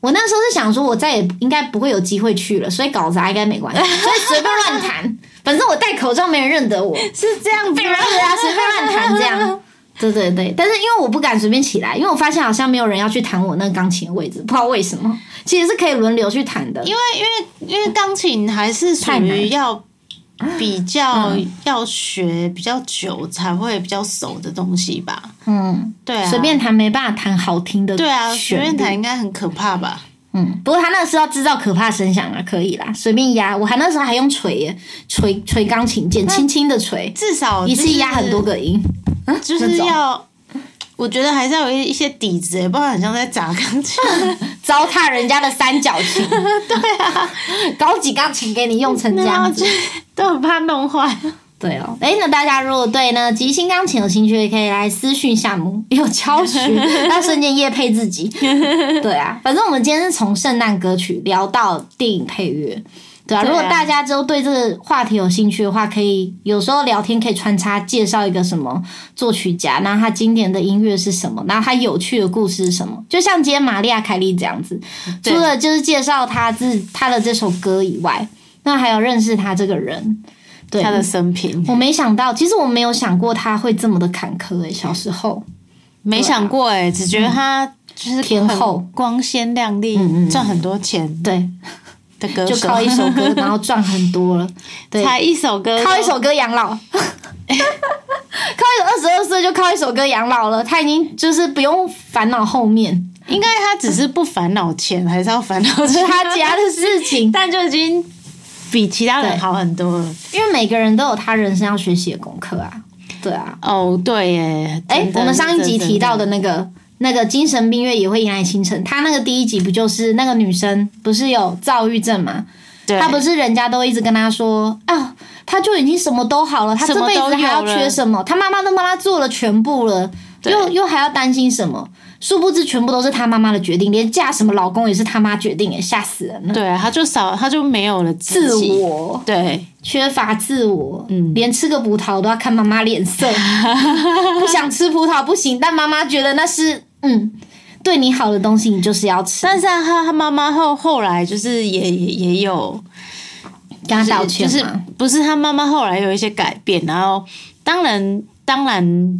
[SPEAKER 1] 我那时候是想说，我再也应该不会有机会去了，所以搞砸应该没关系，所以随便乱 弹。反正我戴口罩，没人认得我，
[SPEAKER 2] 是这样子
[SPEAKER 1] 被人认得啊，随便乱弹这 样。对对对，但是因为我不敢随便起来，因为我发现好像没有人要去弹我那个钢琴的位置，不知道为什么。其实是可以轮流去弹的，
[SPEAKER 2] 因为因为因为钢琴还是属
[SPEAKER 1] 太
[SPEAKER 2] 于
[SPEAKER 1] 难
[SPEAKER 2] 要比较、
[SPEAKER 1] 嗯
[SPEAKER 2] 要学比较久才会比较熟的东西吧。
[SPEAKER 1] 嗯，
[SPEAKER 2] 对啊，
[SPEAKER 1] 随便弹没办法弹好听的，
[SPEAKER 2] 对啊，随便弹
[SPEAKER 1] 弹，
[SPEAKER 2] 应该很可怕吧？
[SPEAKER 1] 嗯，不过他那个是要制造可怕声响啊，可以啦，随便压。我还那时候还用锤耶，锤锤钢琴键，轻轻的锤，
[SPEAKER 2] 至少、
[SPEAKER 1] 一
[SPEAKER 2] 就是、
[SPEAKER 1] 次压很多，个音，
[SPEAKER 2] 嗯就
[SPEAKER 1] 那
[SPEAKER 2] 是
[SPEAKER 1] 种
[SPEAKER 2] 要。我觉得还是要有一些底子，不然很像在砸钢琴。
[SPEAKER 1] 糟蹋人家的三角 琴。对啊， 高级钢琴给你用成 这
[SPEAKER 2] 然后
[SPEAKER 1] 样
[SPEAKER 2] 就
[SPEAKER 1] 子。
[SPEAKER 2] 都很怕弄坏。
[SPEAKER 1] 对哦，哎，那大家如果对呢即兴钢琴有兴趣，也可以来私讯夏木，有敲询，那瞬间夜配自 己。对啊，反正我们今天是从圣诞歌曲聊到电影配乐。对啊，
[SPEAKER 2] 对
[SPEAKER 1] 如
[SPEAKER 2] 啊
[SPEAKER 1] 果大家之后对这个话题有兴趣的话，可以有时候聊天可以穿插介绍一个什么作曲家，然后他经典的音乐是什么，然后他有趣的故事是什么。就像今天玛利亚凯莉这样子，
[SPEAKER 2] 对
[SPEAKER 1] 除了就是介绍他自他的这首歌以外，那还有认识他这个人，对，啊
[SPEAKER 2] 他的生平，
[SPEAKER 1] 我没想到，其实我没有想过他会这么的坎坷诶、小时候，
[SPEAKER 2] 没想过哎、只觉得他就是
[SPEAKER 1] 天后
[SPEAKER 2] 很光鲜亮丽，
[SPEAKER 1] 嗯嗯嗯
[SPEAKER 2] 赚很多钱
[SPEAKER 1] 对，
[SPEAKER 2] 的歌手，
[SPEAKER 1] 就靠一首歌， 然后赚很多了，对，
[SPEAKER 2] 才一首歌，
[SPEAKER 1] 靠一首歌养老，靠一首二十二岁就靠一首歌养老了，他已经就是不用烦恼后面，
[SPEAKER 2] 应该他只是不烦恼钱，还是要烦恼
[SPEAKER 1] 这是
[SPEAKER 2] 钱
[SPEAKER 1] 他 家的事情。
[SPEAKER 2] 但就已经比其他人
[SPEAKER 1] 对
[SPEAKER 2] 好很多了。
[SPEAKER 1] 因为每个人都有他人生要学习的功课啊，对啊，
[SPEAKER 2] 哦，对耶，
[SPEAKER 1] 哎、
[SPEAKER 2] 真的
[SPEAKER 1] 我们上一集提到，的
[SPEAKER 2] 真
[SPEAKER 1] 那个。那个精神病院也会迎来清晨，他那个第一集不就是那个女生不是有躁郁症吗？
[SPEAKER 2] 真的对，
[SPEAKER 1] 他不是人家都一直跟他说啊，他就已经什么都好了，他
[SPEAKER 2] 什
[SPEAKER 1] 这
[SPEAKER 2] 么都
[SPEAKER 1] 辈子还要
[SPEAKER 2] 有了
[SPEAKER 1] 缺什么？他妈妈都帮他做了全部了，又又还要担心什么？殊不知全部都是他妈妈的决定，连嫁什么老公也是他妈决定，哎，吓死人了！
[SPEAKER 2] 对，他就少，他就没有了
[SPEAKER 1] 自
[SPEAKER 2] 己，
[SPEAKER 1] 我
[SPEAKER 2] 对，
[SPEAKER 1] 缺乏自我，连吃个葡萄都要看妈妈脸 色，不想吃葡萄不行，但妈妈觉得那是嗯对你好的东西，你就是要吃，
[SPEAKER 2] 但是啊他他妈妈后后来就是也也也有
[SPEAKER 1] 跟他道歉
[SPEAKER 2] 就是
[SPEAKER 1] 嘛。
[SPEAKER 2] 不是他妈妈后来有一些改变，然后当然当然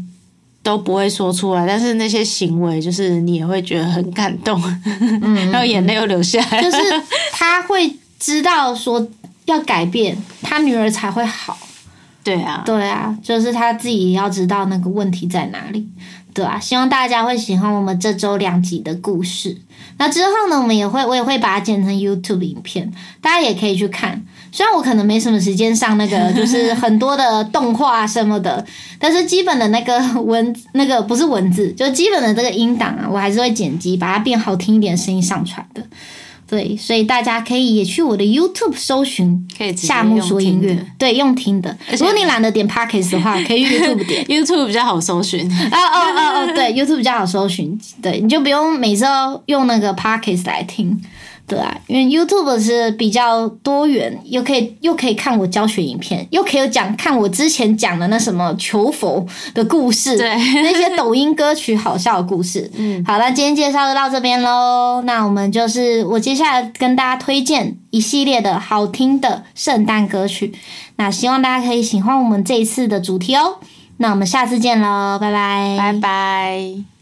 [SPEAKER 2] 都不会说出来，但是那些行为就是你也会觉得很感动， 然后眼泪又流下
[SPEAKER 1] 嗯
[SPEAKER 2] 来，
[SPEAKER 1] 就是 他会知道说要改变，他女儿才会好。
[SPEAKER 2] 对啊，
[SPEAKER 1] 对啊，就是他自己也要知道那个问题在哪里。对啊，希望大家会喜欢我们这周两集的故事。那之后呢，我们也会我也会把它剪成 YouTube 影片，大家也可以去看。虽然我可能没什么时间上那个，就是很多的动画什么的，但是基本的那个文那个不是文字，就基本的这个音档啊，我还是会剪辑，把它变好听一点的声音上传的。对，所以大家可以也去我的 YouTube 搜寻
[SPEAKER 2] 可以直接
[SPEAKER 1] 夏目
[SPEAKER 2] 用
[SPEAKER 1] 说
[SPEAKER 2] 听
[SPEAKER 1] 音乐
[SPEAKER 2] 的，
[SPEAKER 1] 对，用听的。如果你懒得 点 Pockets 的话，可以 YouTube 点。
[SPEAKER 2] YouTube 比较好搜寻，
[SPEAKER 1] 哦哦哦哦，对，YouTube 比较好搜寻，对，你就不用每次都用那个 Pockets 来听，对啊，因为 YouTube 是比较多元，又可以又可以看我教学影片，又可以讲看我之前讲的那什么求佛的故事，
[SPEAKER 2] 对
[SPEAKER 1] 那些抖音歌曲好笑的故 事。嗯，好，那今天介绍就到这边喽。那我们就是我接下来跟大家推荐一系列的好听的圣诞歌曲，那希望大家可以喜欢我们这一次的主题哦。那我们下次见喽，拜拜，
[SPEAKER 2] 拜拜。